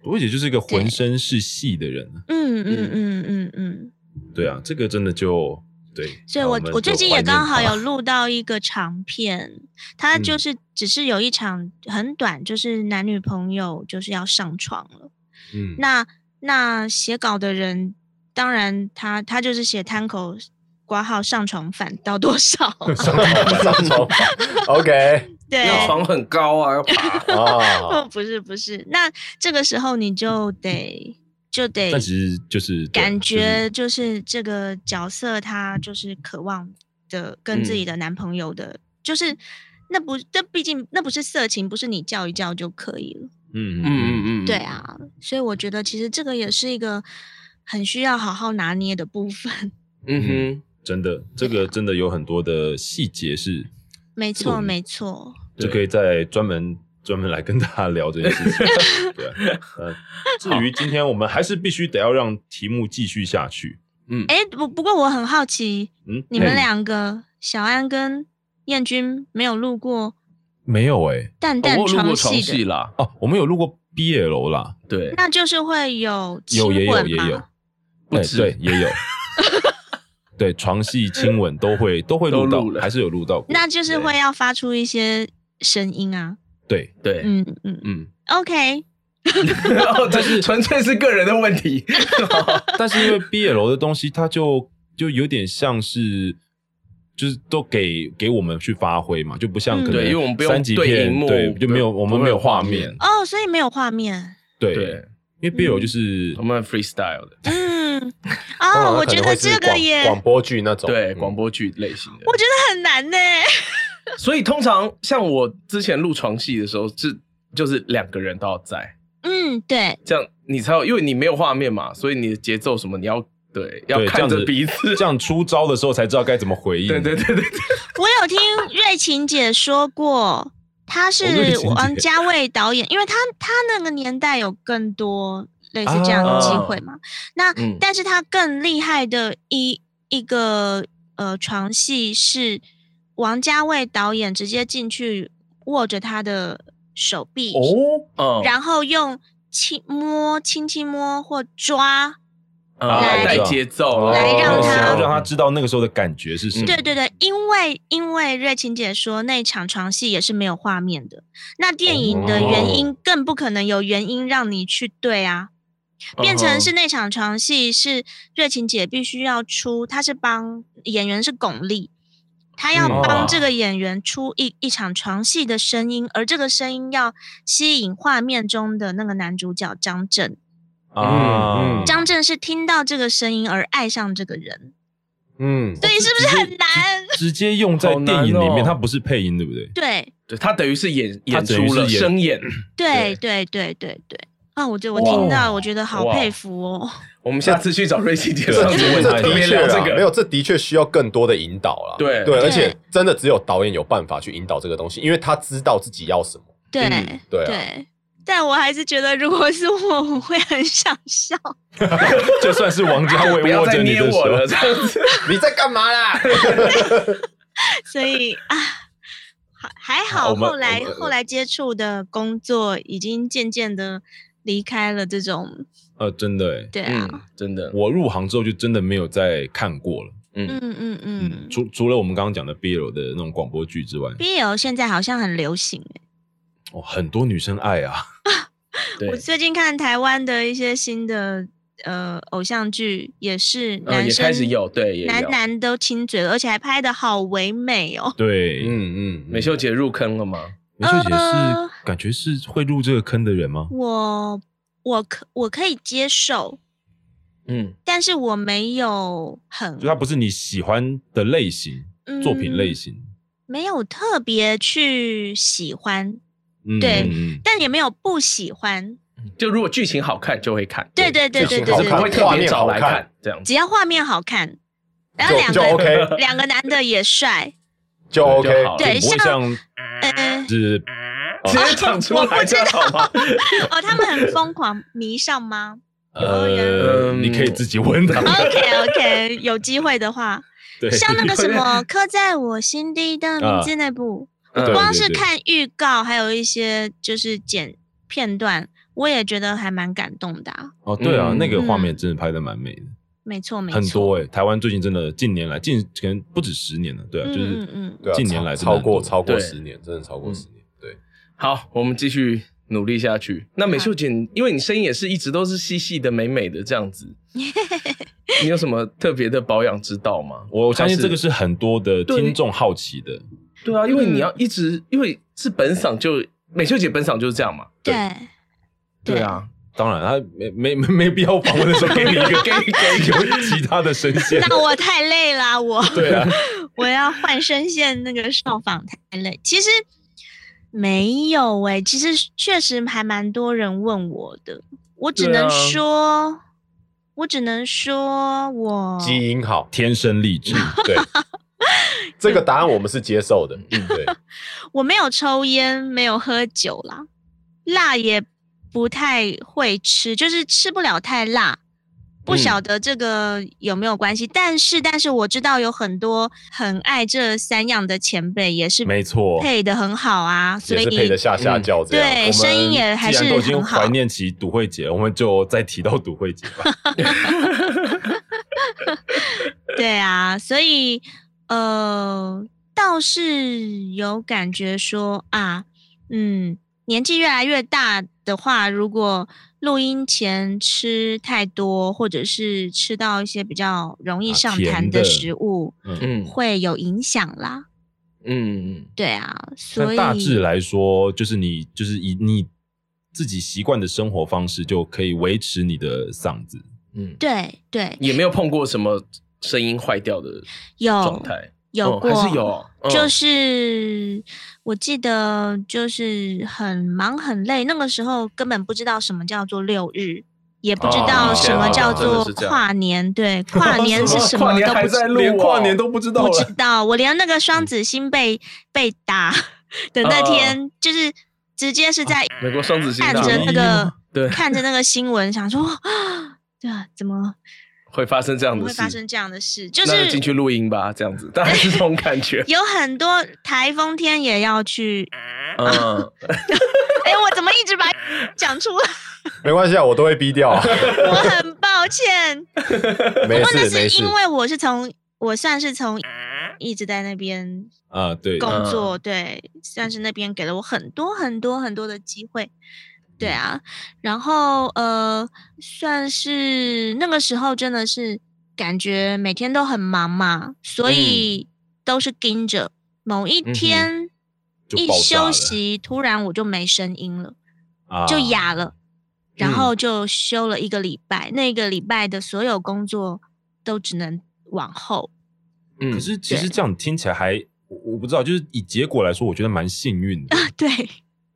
都慧姐就是一个浑
对
身是戏的人，啊
嗯嗯嗯嗯嗯。
对啊，这个真的就对。
所以
那
我
们
我最
就
近
怀
也
念
刚好
她
有录到一个长片，它就
嗯
是只是有一场很短，就是男女朋友就是要上床了。
嗯，
那那写稿的人，当然他他就是写摊口挂号上床反到多少，
上床嗯，OK。
对，
那床很高啊，要爬
啊，
哦，不是不是，那这个时候你就得就得
但其实就是对
感
就是
觉就是这个角色他就是渴望的跟自己
嗯
的男朋友的，就是那不那毕竟那不是色情，不是你叫一叫就可以了。
嗯
嗯
嗯嗯，
嗯嗯，
对，啊，所以我觉得其实这个也是一个很需要好好拿捏的部分。
嗯
真的，这个真的有很多的细节是
没错
嗯
没错，
就
对
可以再专门专门来跟大家聊这件事情。 对啊，呃，至于今天我们还是必须得要让题目继续下去。
哼，嗯，
哎，不不过我很好奇，
嗯，
你们
哎
两个小安跟燕君没有录过
没有哎
淡
哦
淡
我有录过
戏
床
的。
戏啦，
哦，我们有录过 BL 啦，
对，
那就是会有亲
有也有
吻
也
嘛
有，
不
哎
止
对也 有，对床戏亲吻都会都会录
都
到
录，了
还是有录到过。
那就是会要发出一些声音啊。
对，
对，
嗯嗯
嗯，
，OK，
然后 这是纯粹是个人的问题，
但是因为 BL 的东西，它就就有点像是。就是都给给我们去发挥嘛，就不像
嗯
可能
对
因为我们不用
三级
对
片
荧幕
对就没有
不
我们
会
没有
有画
画
面
面，
哦，所以没有画面。
对，
对，
因为 BL 就是
我们很 freestyle 的，
嗯，
当然
哦，我
可
觉
能
得
会是
这个
广
也，
广播剧那种，
对，
嗯
广播剧类型的，
我觉得很难呢。
所以通常像我之前录床戏的时候是就是两个人都要在，
嗯，对，
这样你才有，因为你没有画面嘛，所以你的节奏什么你要对要
对这
看
样
着
子
彼此，
这样出招的时候才知道该怎么回应。
对对对对，
我有听瑞琴姐说过。她
哦瑞
是
琴姐
王家卫导演，因为她她那个年代有更多类似这样的机会
哦
嘛。那、
嗯
但是她更厉害的一一个呃床戏是王家卫导演直接进去握着她的手臂，
哦，
嗯，
然后用轻摸、轻轻摸或抓，
嗯
来
带节奏，
来
然后
让他
想要
想要
让他知道那个时候的感觉是什么。
对对对，因为因为瑞琴姐说那一场床戏也是没有画面的，那电影的原因更不可能有原因让你去对啊，
嗯
变
嗯
成是那场床戏是瑞琴姐必须要出，她是帮演员是巩俐，她要
嗯
帮这
哦
个演员出一一场床戏的声音，而这个声音要吸引画面中的那个男主角张震，
啊，
嗯嗯
张震是听到这个声音而爱上这个人，
嗯，
所以是不是很难？
直接用在电影里
好难哦
面，它不是配音，对不 对？
对。
对他等于是演
他
演
等于
出
是
了
演
声演，
对对对对对，啊，我觉得我
哇
听到，我觉得好
哇
佩服哦。
我们下次去找瑞奇姐
对
啊
上
这
次
就
问
是
她，特
的
别
确
聊这
啊，没
个，
有，这的确需要更多的引导啦。
对
对，而且
对
真的只有导演有办法去引导这个东西，因为他知道自己要什么。
对、
嗯
对啊
但我还是觉得，如果是我，我会很想笑。
就算是王家
不
卫
要
握
再
着你
捏
的手
我，了，这样
啊
子，
你在干嘛啦？
所以啊，还还
我
好，
们
后来
我们
后来接触的工作已经渐渐的离开了这种，
呃，真的欸，
对啊，
嗯，真的，
我入行之后就真的没有再看过了。
嗯嗯嗯。
除除了我们刚刚讲的 BL 的那种广播剧之外，
BL 现在好像很流行欸嗯
哦，很多女生爱啊，
对嗯
我，最近看台湾的一些新的呃偶像剧也是
呃，
男
也
生、
开始有对，也
男
有
男都亲嘴了，而且还拍的好唯美哦。
对，
嗯嗯，
美秀姐入坑了吗？
梅秀姐
呃
是感觉是会入这个坑的人吗？
我我可我可以接受，
嗯，
但是我没有很
就它不是你喜欢的类型，作品类，
嗯
型。
没有特别去喜欢，
嗯，
对
嗯
但也没有不喜欢。
就如果剧情好看就会看，
对对对对
剧情
对
好
可是不
对
看
会
对，
特别找来
画面好看
看这样子。
只要画面好看，然后两
就就
个
OK
两个男的也帅，
就
对
OK，
就好
对
就不会
像
像
呃
是
直接讲出来这样好 吗？
哦，他们很疯狂迷上吗
呃，
嗯
你可以自己问他。
？OK OK，有机会的话，
对，
嗯像那个什
有点
么刻在我心底的
啊
名字那部，
嗯
对
光是看预告，还有一些就是剪片段，我也觉得还蛮感动的、啊。
哦，对啊，
嗯
那个画面真的拍的蛮美的，
没错，没错，
很多哎。台湾最近真的近年来，近可能不止十年了，对啊，
嗯
就是
嗯嗯
对啊
近年来真的
超
很多
过超过
对
十年，真的超过
嗯
十年，对，
好，我们继续努力下去。那美秀姐，因为你声音也是一直都是细细的、美美的这样 子，你有什么特别的保养之道吗？
我相信这个
还
是很多的
对
听众好奇的，
对啊，因为你要一直，因为是本嗓就美秀姐本嗓就是这样嘛。
对
对，啊，
当然，他没没没没必要访问的时候给你一个 给给有其他的声线。
那我太累啦，我
对啊，
我要换声线，那个受访太累。其实没有诶、其实确实还蛮多人问我的，我只
对
能
啊
说，我只能说我
基因好，
天生丽质，
嗯
对， 这个答案我们是接受的，嗯，对，
我没有抽烟，没有喝酒啦，辣也不太会吃，就是吃不了太辣。不
嗯
晓得这个有没有关系，但是但是我知道有很多很爱这三样的前辈也是
没错。
配的很好啊，所
也
以
是配得下下教这样，
对
我们
声音也还是
既然都已经
很好
怀念起赌会节，我们就再提到赌会节吧。
对啊，所以呃，倒是有感觉说啊，嗯，年纪越来越大的话，如果录音前吃太多，或者是吃到一些比较容易
啊
上
甜
痰
的
的食物，
嗯
会有影响啦。
嗯，
对啊，所
那
以
大致来说，就是你就是以你自己习惯的生活方式，就可以维持你的嗓子。
嗯，
对对
也没有碰过什么声音坏掉的状
有
态，
有
哦
过、
还是有，嗯
就是我记得，就是很忙很累，那个时候根本不知道什么叫做六日，也不知
哦
道什么叫
真的
做
是这样
跨 年。对，跨年是什么
跨年
都
还
不知
在录哦，嗯
连跨年都不知道
不知
了。
道，啊我连那个双子星被被 打的那
哦
天，就是直接是在
美国双子星
看
大
着
吗
那个
对
看着那个新闻，想说 啊，对啊，怎么
会发生这
怎
样
么
的
会
事，
发生这样的事？就
那
是
就进去录音吧，这样子， 大概是这种感
。
觉
有很多台风天也要去。啊
嗯，
哎、我怎么一直把讲出来？
没关系啊，我都会逼掉 啊，
我很抱歉。
没
不过那
事没
是
事
因，为我是从我算是从一直在那边
啊，对，
工作，对，算是那边给了我很多很多很多的机会。对啊，然后呃，算是那个时候真的是感觉每天都很忙嘛，所以都是盯着。某一
哼
天、
就
一
爆炸
休
了
息，突然我就没声音了。
啊
就哑了，然
嗯
后就休了一个礼拜。那个礼拜的所有工作都只能往后。
嗯
可是其实
对
这样听起来还。我我不知道，就是以结果来说，我觉得蛮幸运的。
对，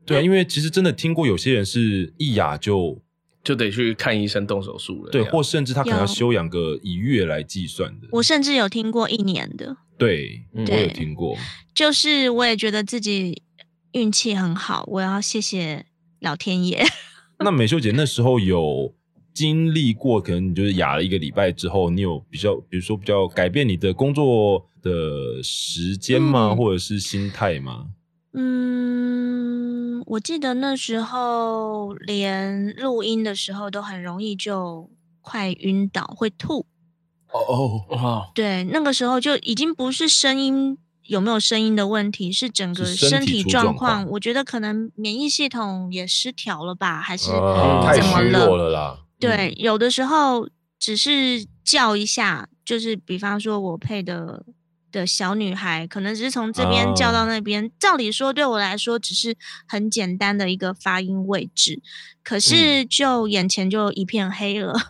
对啊，因为其实真的听过有些人是一哑就
就得去看医生动手术了。
对，
这样
或甚至他可能要
啊有
休养个以月来计算的。
我甚至有听过一年的，
对，
嗯
我有
对
听过。
就是我也觉得自己运气很好，我要谢谢老天爷。
那美秀姐那时候有经历过，可能你就是哑了一个礼拜之后，你有比较，比如说比较改变你的工作的时间吗？
嗯
或者是心态吗？
嗯，我记得那时候连录音的时候都很容易就快晕倒，会吐。
哦
啊
哦，
哇，
对，那个时候就已经不是声音有没有声音的问题，是整
是
个
身
身
体
体
出
状
状
况。
况
我觉得可能免疫系统也失调了吧，还是、
啊，
嗯
太
怎么
虚
哦了
弱了啦，
嗯
对，有的时候只是叫一下，就是比方说我配的的小女孩，可能只是从这边叫
哦
到那边。照理说对我来说只是很简单的一个发音位置，可
嗯
是就眼前就一片黑了。
哦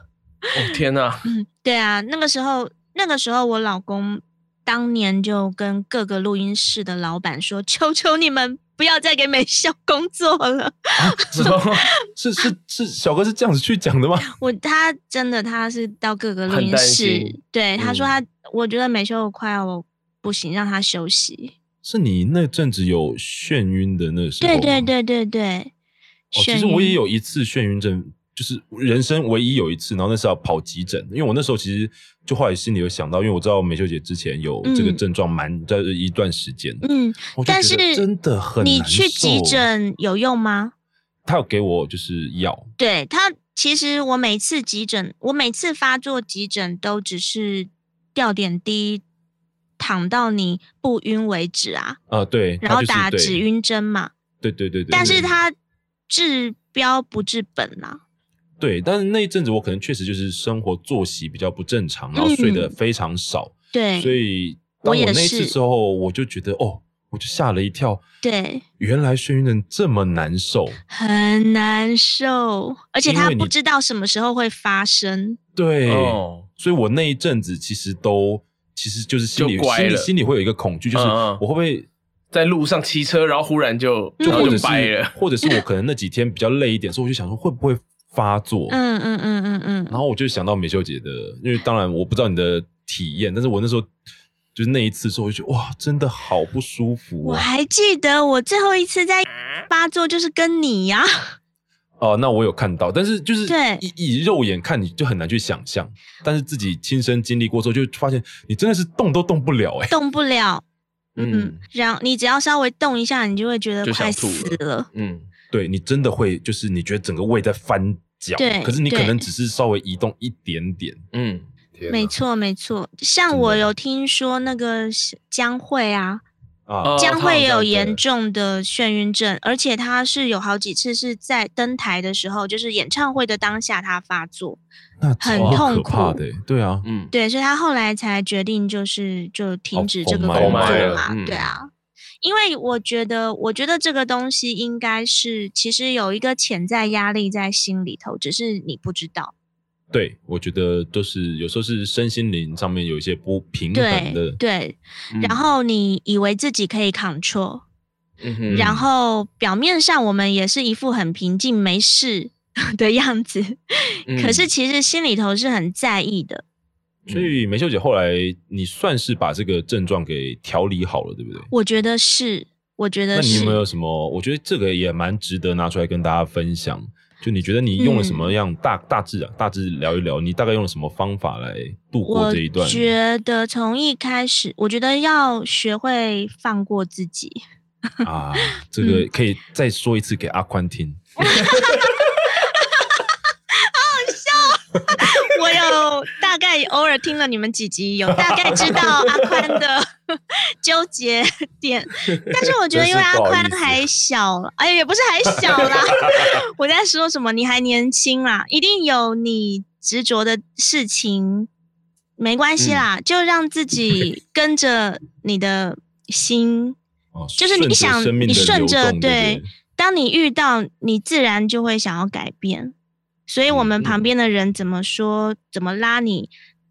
天哪、
嗯，对啊，那个时候，那个时候我老公当年就跟各个录音室的老板说：“求求你们不要再给美秀 工作了。
是吗？ 是是是，小哥是这样子去讲 的吗？
我”他真的他是到各个录
很
音
担
室
心，
对他说他，
嗯
我觉得美秀快要不行，让他休息。
是你那阵子有眩晕的那时候吗？
对对对对对，
哦，其
眩
实我也
晕
有一次眩晕症，就是人生唯一有一次，然后那是要跑急诊，因为我那时候其实就后来心里有想到，因为我知道美秀姐之前有这个
嗯
症状蛮在一段时间，
嗯，
我就
但
觉
是
得真的很
你
难
去急
受，
诊有用吗？
他有给我就是药，
对他，其实我每次急诊，我每次发作急诊都只是吊点滴，躺到你不晕为止啊，
啊，对，
然后
他就是
打
对
止，晕针嘛。
对对对对，
但
对
是他治标不治本啦、
对，但是那一阵子我可能确实就是生活作息比较不正常，然后睡得
嗯
非常少，所
对
以
我
当我
也
那一
是
次之后，我就觉得哦，我就吓了一跳，
对，
原来眩晕症这么难受。
很难受，而且
因
他
为
不
你
知道什么时候会发生。
对，
哦，
所以我那一阵子其实都其实就是心里
就乖
心里
了
心里会有一个恐惧，就是
嗯嗯
我会不会
在路上骑车，然后忽然就
嗯
就或
然后
者
就是掰了，
或者是我可能那几天比较累一点，所以我就想说会不会发作？
嗯嗯嗯嗯嗯，
然后我就想到美秀姐的，因为当然我不知道你的体验，但是我那时候就是那一次之后，我就觉得哇，真的好不舒服
我
啊！
还记得我最后一次在发作就是跟你呀、
哦、那我有看到，但是就是
对
以以肉眼看你就很难去想象，但是自己亲身经历过之后，就发现你真的是动都动不了哎、
动不了。嗯
嗯，
然后你只要稍微动一下，你就会觉得
就
快
想吐
死了。
嗯，
对你真的会就是你觉得整个胃在翻搅，
对
可是你可
对
能只是稍微移动一点点，
嗯，
天哪
没错，没错。像
真
我
的
有听说那个是江蕙啊，
啊
哦
江
她好
蕙也
像
有
对
严重的眩晕症，而且她是有好几次是在登台的时候，就是演唱会的当下她发作，
那
很
超
痛
可怕
苦
的欸，对啊，
嗯，
对，所以她后来才决定就是就停止这个
疯
工
卖
作
了
嘛，
嗯
对啊。因为我觉得，我觉得这个东西应该是其实有一个潜在压力在心里头，只是你不知道。
对我觉得都是有时候是身心灵上面有一些不平衡
对
的，
对，
嗯
然，后你以为自己可以 control，、
嗯哼
然后表面上我们也是一副很平静没事 的样子，可是
嗯
其实心里头是很在意的。
所以梅秀姐后来你算是把这个症状给调理好了，对不对？
我觉得是，我觉
那
得
你有
是
没。有什么？我觉得这个也蛮值得拿出来跟大家分享。就你觉得你用了什
嗯
么样大、大致啊，大致聊一聊，你大概用了什么方法来度过
我
这一段？
觉得从一开始，我觉得要学会放过自己。
啊，这
嗯
个可以再说一次给阿宽听。
我有大概偶尔听了你们几集，有大概知道阿宽的 纠结 点，但是我觉得因为阿宽
真是不好意
还小了，哎，也不是还小啦， 我在说什么？你还年轻啦，一定有你执着的事情，没关系啦，
嗯
就让自己跟着你的心。
哦，
就是你
顺着
想
生命
你
的
顺
流
着
动
对
对不对，
当你遇到，你自然就会想要改变。所以，我们
嗯
旁
嗯
边的人怎么说、怎么拉你，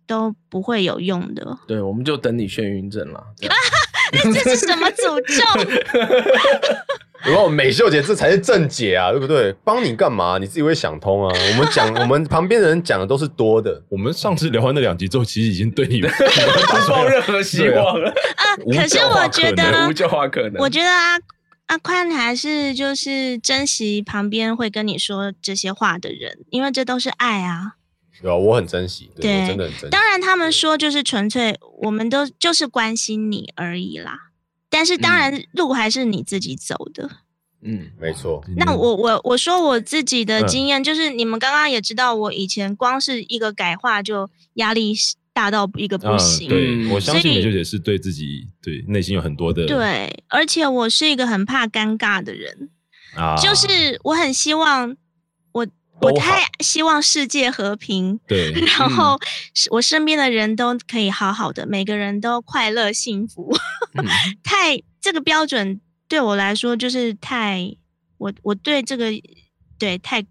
都不会有 用的。
对，我们就等你眩晕症 啦。这样
这是什么诅咒？
然后美秀姐这才是正解啊，对不对？帮你干嘛？你自己会想通啊。我们讲，我们旁边的人讲的都是多的。
我们上次聊完那两集之后，其实已经对 你嗯打
不抱任何希望了，
无
啊可是
教化
我觉
可
得
能
呢
无教化可能。
啊我觉得阿阿宽还是就是珍惜旁边会跟你说这些话的人，因为这都是爱啊。
对啊，我很珍惜，对
对
我真的很珍惜。
当然，他们说就是纯粹，我们都就是关心你而已啦。但是当然，路还是你自己走的。
嗯，
没错，
那
嗯
我我我说我自己的
嗯
经验，就是你们刚刚也知道，我以前光是一个改话就压力大到一个不
嗯
行。
对，
嗯
我相信
所以
美秀姐是对自己对内心有很多的
对，而且我是一个很怕尴尬的人。
啊，
就是我很希望我我
都好
太希望世界和平，
对，
然
嗯
后是我身边的人都可以好好的，每个人都快乐幸福。
嗯
太这个标准对我来说就是太我我对这个对太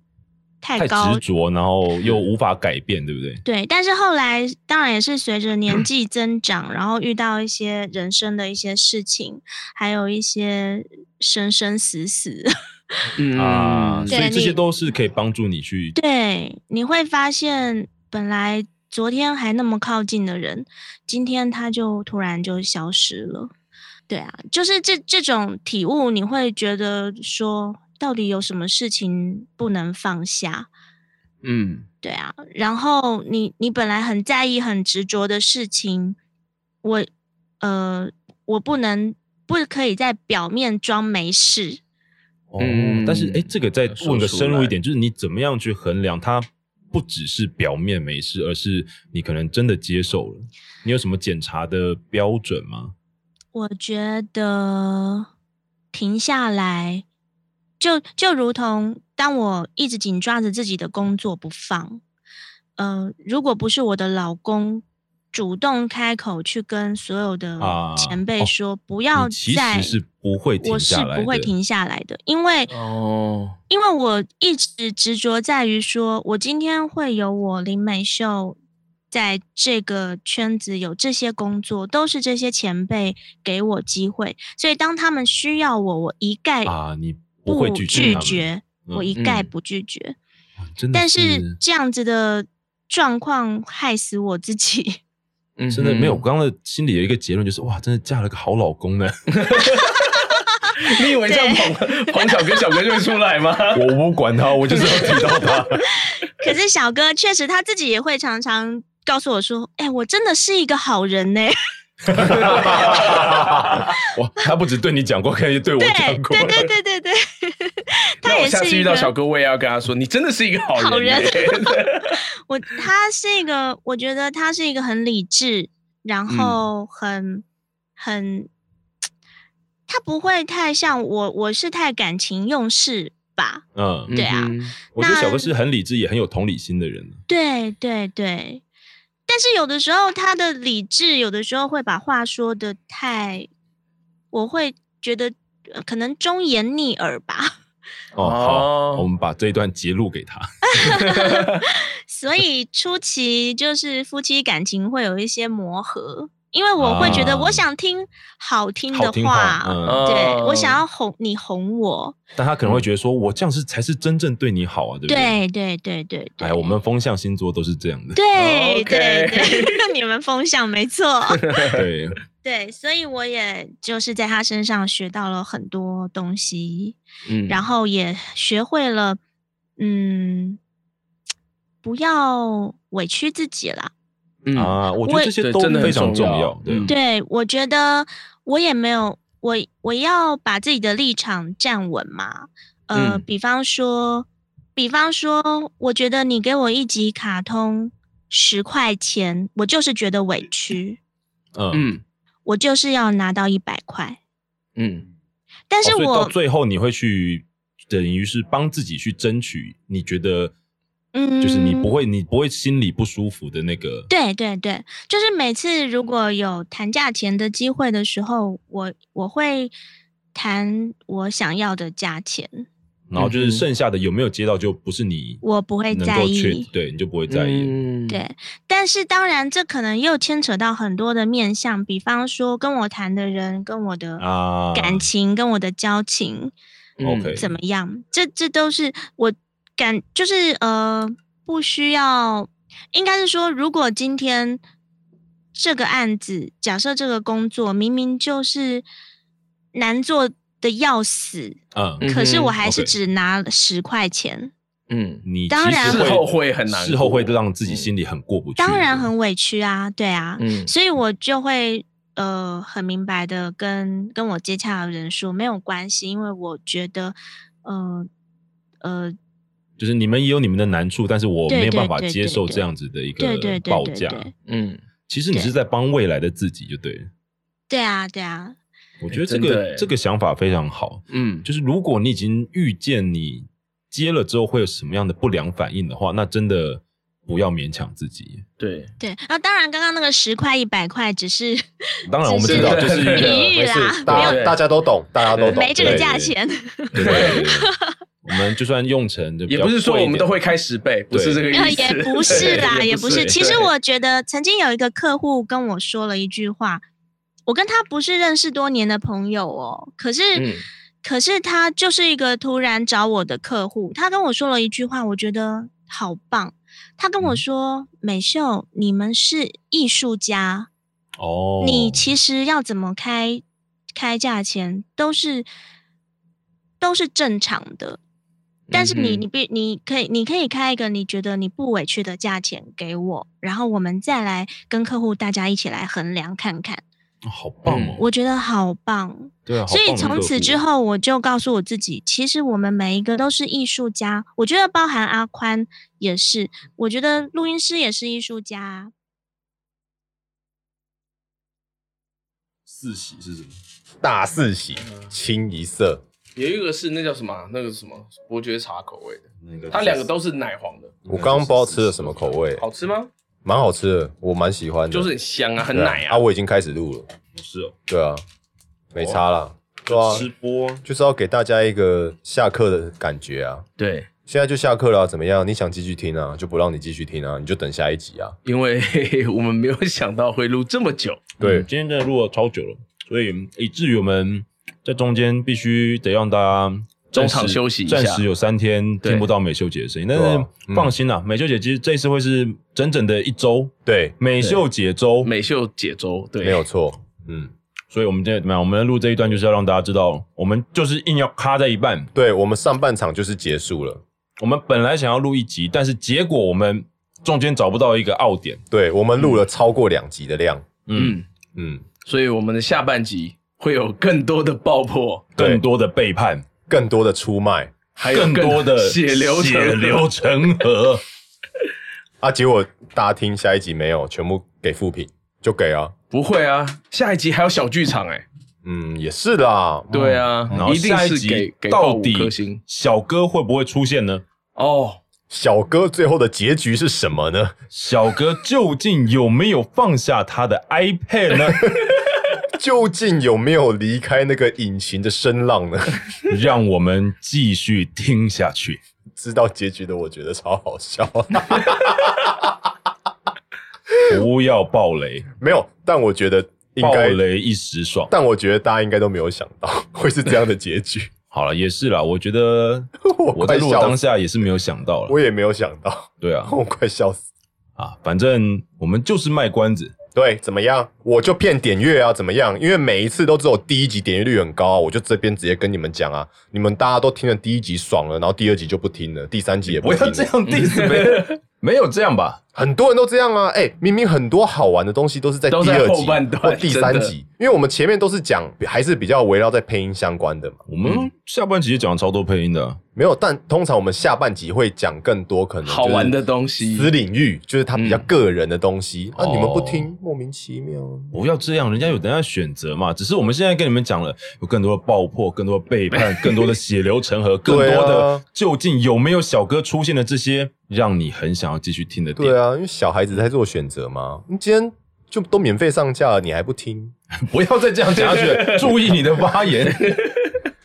太
太
高
执着，然后又无法改变，对不对？
对，但是后来当然也是随着年纪增长，然后遇到一些人生的一些事情，还有一些生生死死，
嗯
啊，所
对
以这些
你
都是可以帮助你去
对，你会发现本来昨天还那么靠近的人，今天他就突然就消失了。对啊，就是这这种体悟，你会觉得说，到底有什么事情不能放下？
嗯
对啊，然后你你本来很在意、很执着的事情，我呃，我不能不可以在表面装没事。
哦
嗯，
但是哎、诶这个再
说
问个
出
深入
来
一点，就是你怎么样去衡量它不只是表面没事，而是你可能真的接受了。你有什么检查的标准吗？
我觉得停下来，就就如同当我一直紧抓着自己的工作不放，呃，如果不是我的老公主动开口去跟所有的
啊
前
哦
辈说，不要
你其
再
实，是不会停
我是
下来的，
不会停下来的，因为
哦，
因为我一直执着在于说，我今天会有我林美秀在这个圈子有这些工作，都是这些前辈给我机会，所以当他们需要我，我一概
啊，你不
哎不
会拒
拒
他们，
绝，
嗯
我一概
嗯
不拒绝。
哇真的
但
是
是这样子的状况害死我自己。
嗯
真的没有。我
哼
刚刚的心里有一个结论，就是哇，真的嫁了个好老公呢。
你以为这样捧捧小哥，小哥就会出来 吗？
我不管他，我就是要提到他。
可是小哥确实他自己也会常常告诉我说：“哎、我真的是一个好人呢、
哇，他不止对你讲过，可以对我
对
讲过
对。对对对对， 他
那
也
我
是
下次
一
遇到
个
小哥，我也要跟他说，你真的是一个好人。
好人我他是一个，我觉得他是一个很理智，然后很、很，他不会太像我，我是太感情用事吧？
嗯，
对啊
嗯哼，
我觉得小哥
那
是很理智，也很有同理心的人。
对对对，但是有的时候他的理智，有的时候会把话说的太，我会觉得、呃可能忠言逆耳吧，
哦，好，我
哦，
们把这一段截录给他。
所以初期就是夫妻感情会有一些磨合。因为我会觉得
啊
我想听好听
好
的
听
话，
嗯，
对我想
哦
要哄你哄我，
但他可能会觉得说，我这样是才是真正对你好啊，对不对？
对对对对对，
哎，我们风象星座都是这样的，
对
OK
对对，你们风向没错，
对，
对，所以我也就是在他身上学到了很多东西，
嗯
然后也学会了，嗯，不要委屈自己啦。
嗯
啊，我觉得
我
这些
对
都
真的很
非常重
重要
要，对
嗯，
对，我觉得我也没有，我我要把自己的立场站稳嘛。呃，
嗯
比方说，比方说，我觉得你给我一集卡通十块钱，我就是觉得委屈，
嗯，
嗯
我就是要拿到一百块。
嗯
但
哦
是
所以
我、
到最后你会去，等于是帮自己去争取，你觉得，
嗯
就是你不会，你不会心里不舒服的那个，
对对对，就是每次如果有谈价钱的机会的时候，我我会谈我想要的价钱，
然后就是
嗯哼
剩下的有没有接到就不是你
我不会
能
在
够确
意，。
对，你就不会在意，
嗯
对，但是当然，这可能又牵扯到很多的面向，比方说跟我谈的人，跟我的
啊，
感情，跟我的交情
嗯
OK
怎么样，这这都是我感，就是呃，不需要，应该是说，如果今天这个案子，假设这个工作明明就是难做的要死，
嗯，
嗯
可是我
哼
还是
OK
只拿十块钱，
嗯
你
当
其实
然
事后会很难过
事后会让自己心里很过不去，
当然很委屈啊，对啊，
嗯
所以我就会呃很明白的跟跟我接洽的人说没有关系，因为我觉得呃呃
就是你们也有你们的难处，但是我
对
没有办
对
法
对
接
对
受
对
这样子的一
对
个
对对
报
对
价。
对
嗯
其实你
对
是在帮未来的自己，就对了。
对啊对啊，
我觉得这
哎真的
个
哎
这个想法非常好，
嗯
就是如果你已经遇见你接了之后会有什么样的不良反应的话，那真的不要勉强自己。
对，
对，那、当然，刚刚那个十块一百块只是
当然我们知道，
只
就是是一个
对
比喻
呃没
啦
事，，
没
大
有
对
家大家都懂，大家都懂，
没这个
对
价
对
钱。
对对对， 我们就算用成就比
也
较
不是说
贵一
我
点
们都会开十倍，不是这个意
没有，
思，
也不是啦，
对
也不是。其实
对
我觉得曾经有一个客户跟我说了一句话，我跟他不是认识多年的朋友哦，可是、
嗯
可是他就是一个突然找我的客户，他跟我说了一句话，我觉得好棒。他
嗯
跟我说：“美秀，你们是艺术家，
哦，
你其实要怎么开开价钱都是都是正常的，但是你
嗯哼
你必你可以你可以开一个你觉得你不委屈的价钱给我，然后我们再来跟客户大家一起来衡量看看，
好棒哦，
我觉得好棒。
对啊，
嗯所以
嗯好棒的
从此
客户
之后，我就告诉我自己，其实我们每一个都是艺术家。我觉得包含阿宽也是，我觉得录音师也是艺术家啊。
四喜是什么？
大四喜，清一色，
有一个是那叫什么啊，那个是什么伯爵茶口味的，
那个
它两个都是奶黄的，
我刚刚不知道吃了什么口
哦
味，
好吃吗？
蛮好吃的，我蛮喜欢的，
就是很香啊，很
对
奶
啊！
啊。
我已经开始录了，
是哦，
对啊，没差啦，对啊，
吃播
就是要给大家一个下课的感觉啊。
对，
现在就下课了啊、怎么样？你想继续听啊，就不让你继续听啊，你就等下一集啊。
因为 我们没有想到会录这么久，
对
嗯今天真的录了超久了，所以嗯以至于我们在中间必须得让大家
中
暂
场
时
休息一下
暂时有三天
对
听不到美秀姐的声音。但
对
是
啊嗯
放心啦、美秀姐其实这一次会是整整的一周
对，
美秀姐周，
美秀解周对，
没有错。嗯，
所以我们今天怎么样？我们录这一段就是要让大家知道，我们就是硬要卡在一半。
对我们上半场就是结束了。
我们本来想要录一集，但是结果我们中间找不到一个奥点。
对我们录了超过两集的量。
嗯，
嗯，
嗯，
所以我们的下半集会有更多的爆破，
对
更多的背叛，
更多的出卖
还有
更多的
血流成
血
河
流成河。
啊，结果大家听下一集没有，全部给负评就给啊。
不会啊，下一集还有小剧场哎、
嗯，也是啦。
对啊，
哦然后
一定
下一
是给
集
给爆
到
五
底
颗星
小哥会不会出现呢？
哦，
小哥最后的结局是什么呢？
小哥究竟有没有放下他的 iPad 呢？
究竟有没有离开那个引擎的声浪呢？
让我们继续听下去。
知道结局的，我觉得超好笑。
不要暴雷，
没有，但我觉得应
暴
该，
雷一时爽。
但我觉得大家应该都没有想到会是这样的结局。
好了，也是啦，我觉得我在
快
录
笑
当
死，
下也是没有想到
我
了。
也没有想到，
对啊，
我快笑死。
啊，反正我们就是卖关子。
对，怎么样？我就骗点阅啊，怎么样？因为每一次都只有第一集点阅率很高啊，我就这边直接跟你们讲啊，你们大家都听了第一集爽了，然后第二集就不听了，第三集也
不
不听
要
了。
这样 diss 别人，没有这样吧？
很多人都这样啊，哎、明明很多好玩的东西都是在第
都在
二
后半
集
段
或第三
真的
集，因为我们前面都是讲还是比较围绕在配音相关的嘛。
我们下半集也讲了超多配音的啊，
没有，但通常我们下半集会讲更多可能就是
好玩的东西
私领域，就是它比较
嗯
个人的东西。那、
哦
你们不听，莫名其妙。
不要这样，人家有人家选择嘛。只是我们现在跟你们讲了，有更多的爆破，更多的背叛，更多的血流成河，更多
对啊
的究竟有没有小哥出现的这些，让你很想要继续听的点。
对啊，因为小孩子在做选择嘛。你今天就都免费上架了，你还不听？
不要再这样讲下去了，注意你的发言。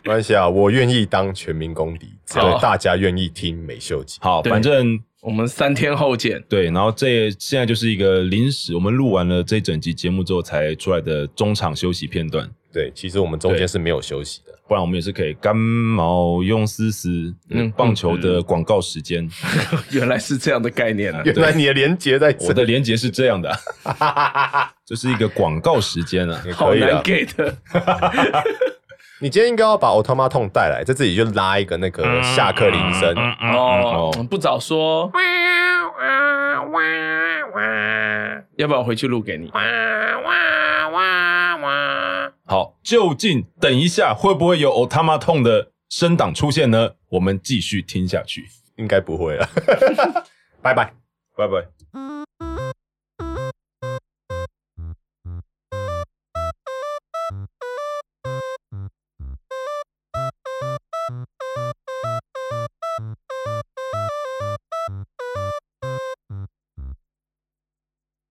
没关系啊，我愿意当全民公敌，只
好
要大家愿意听美秀集。
好，
对
反正
我们三天后见，
对，然后这现在就是一个临时，我们录完了这整集节目之后才出来的中场休息片段，
对，其实我们中
对
间是没有休息的。
不然我们也是可以干毛用丝丝
嗯
嗯棒球的广告时间。
原来是这样的概念啊。
原来你的连接在这
我的连结是这样的啊，
里，
这是一个广告时间啊。
也
好
可以
难
了。
get，的
你今天应该要把奥特曼痛带来，在这里就拉一个那
嗯呃
个下课铃声。
哦
哦，
不早说，要不要我回去录给你？
好，究竟等一下会不会有 o t a m a 痛的声档出现呢？我们继续听下去。
啊应该不会了，拜拜。
拜拜。
嗯。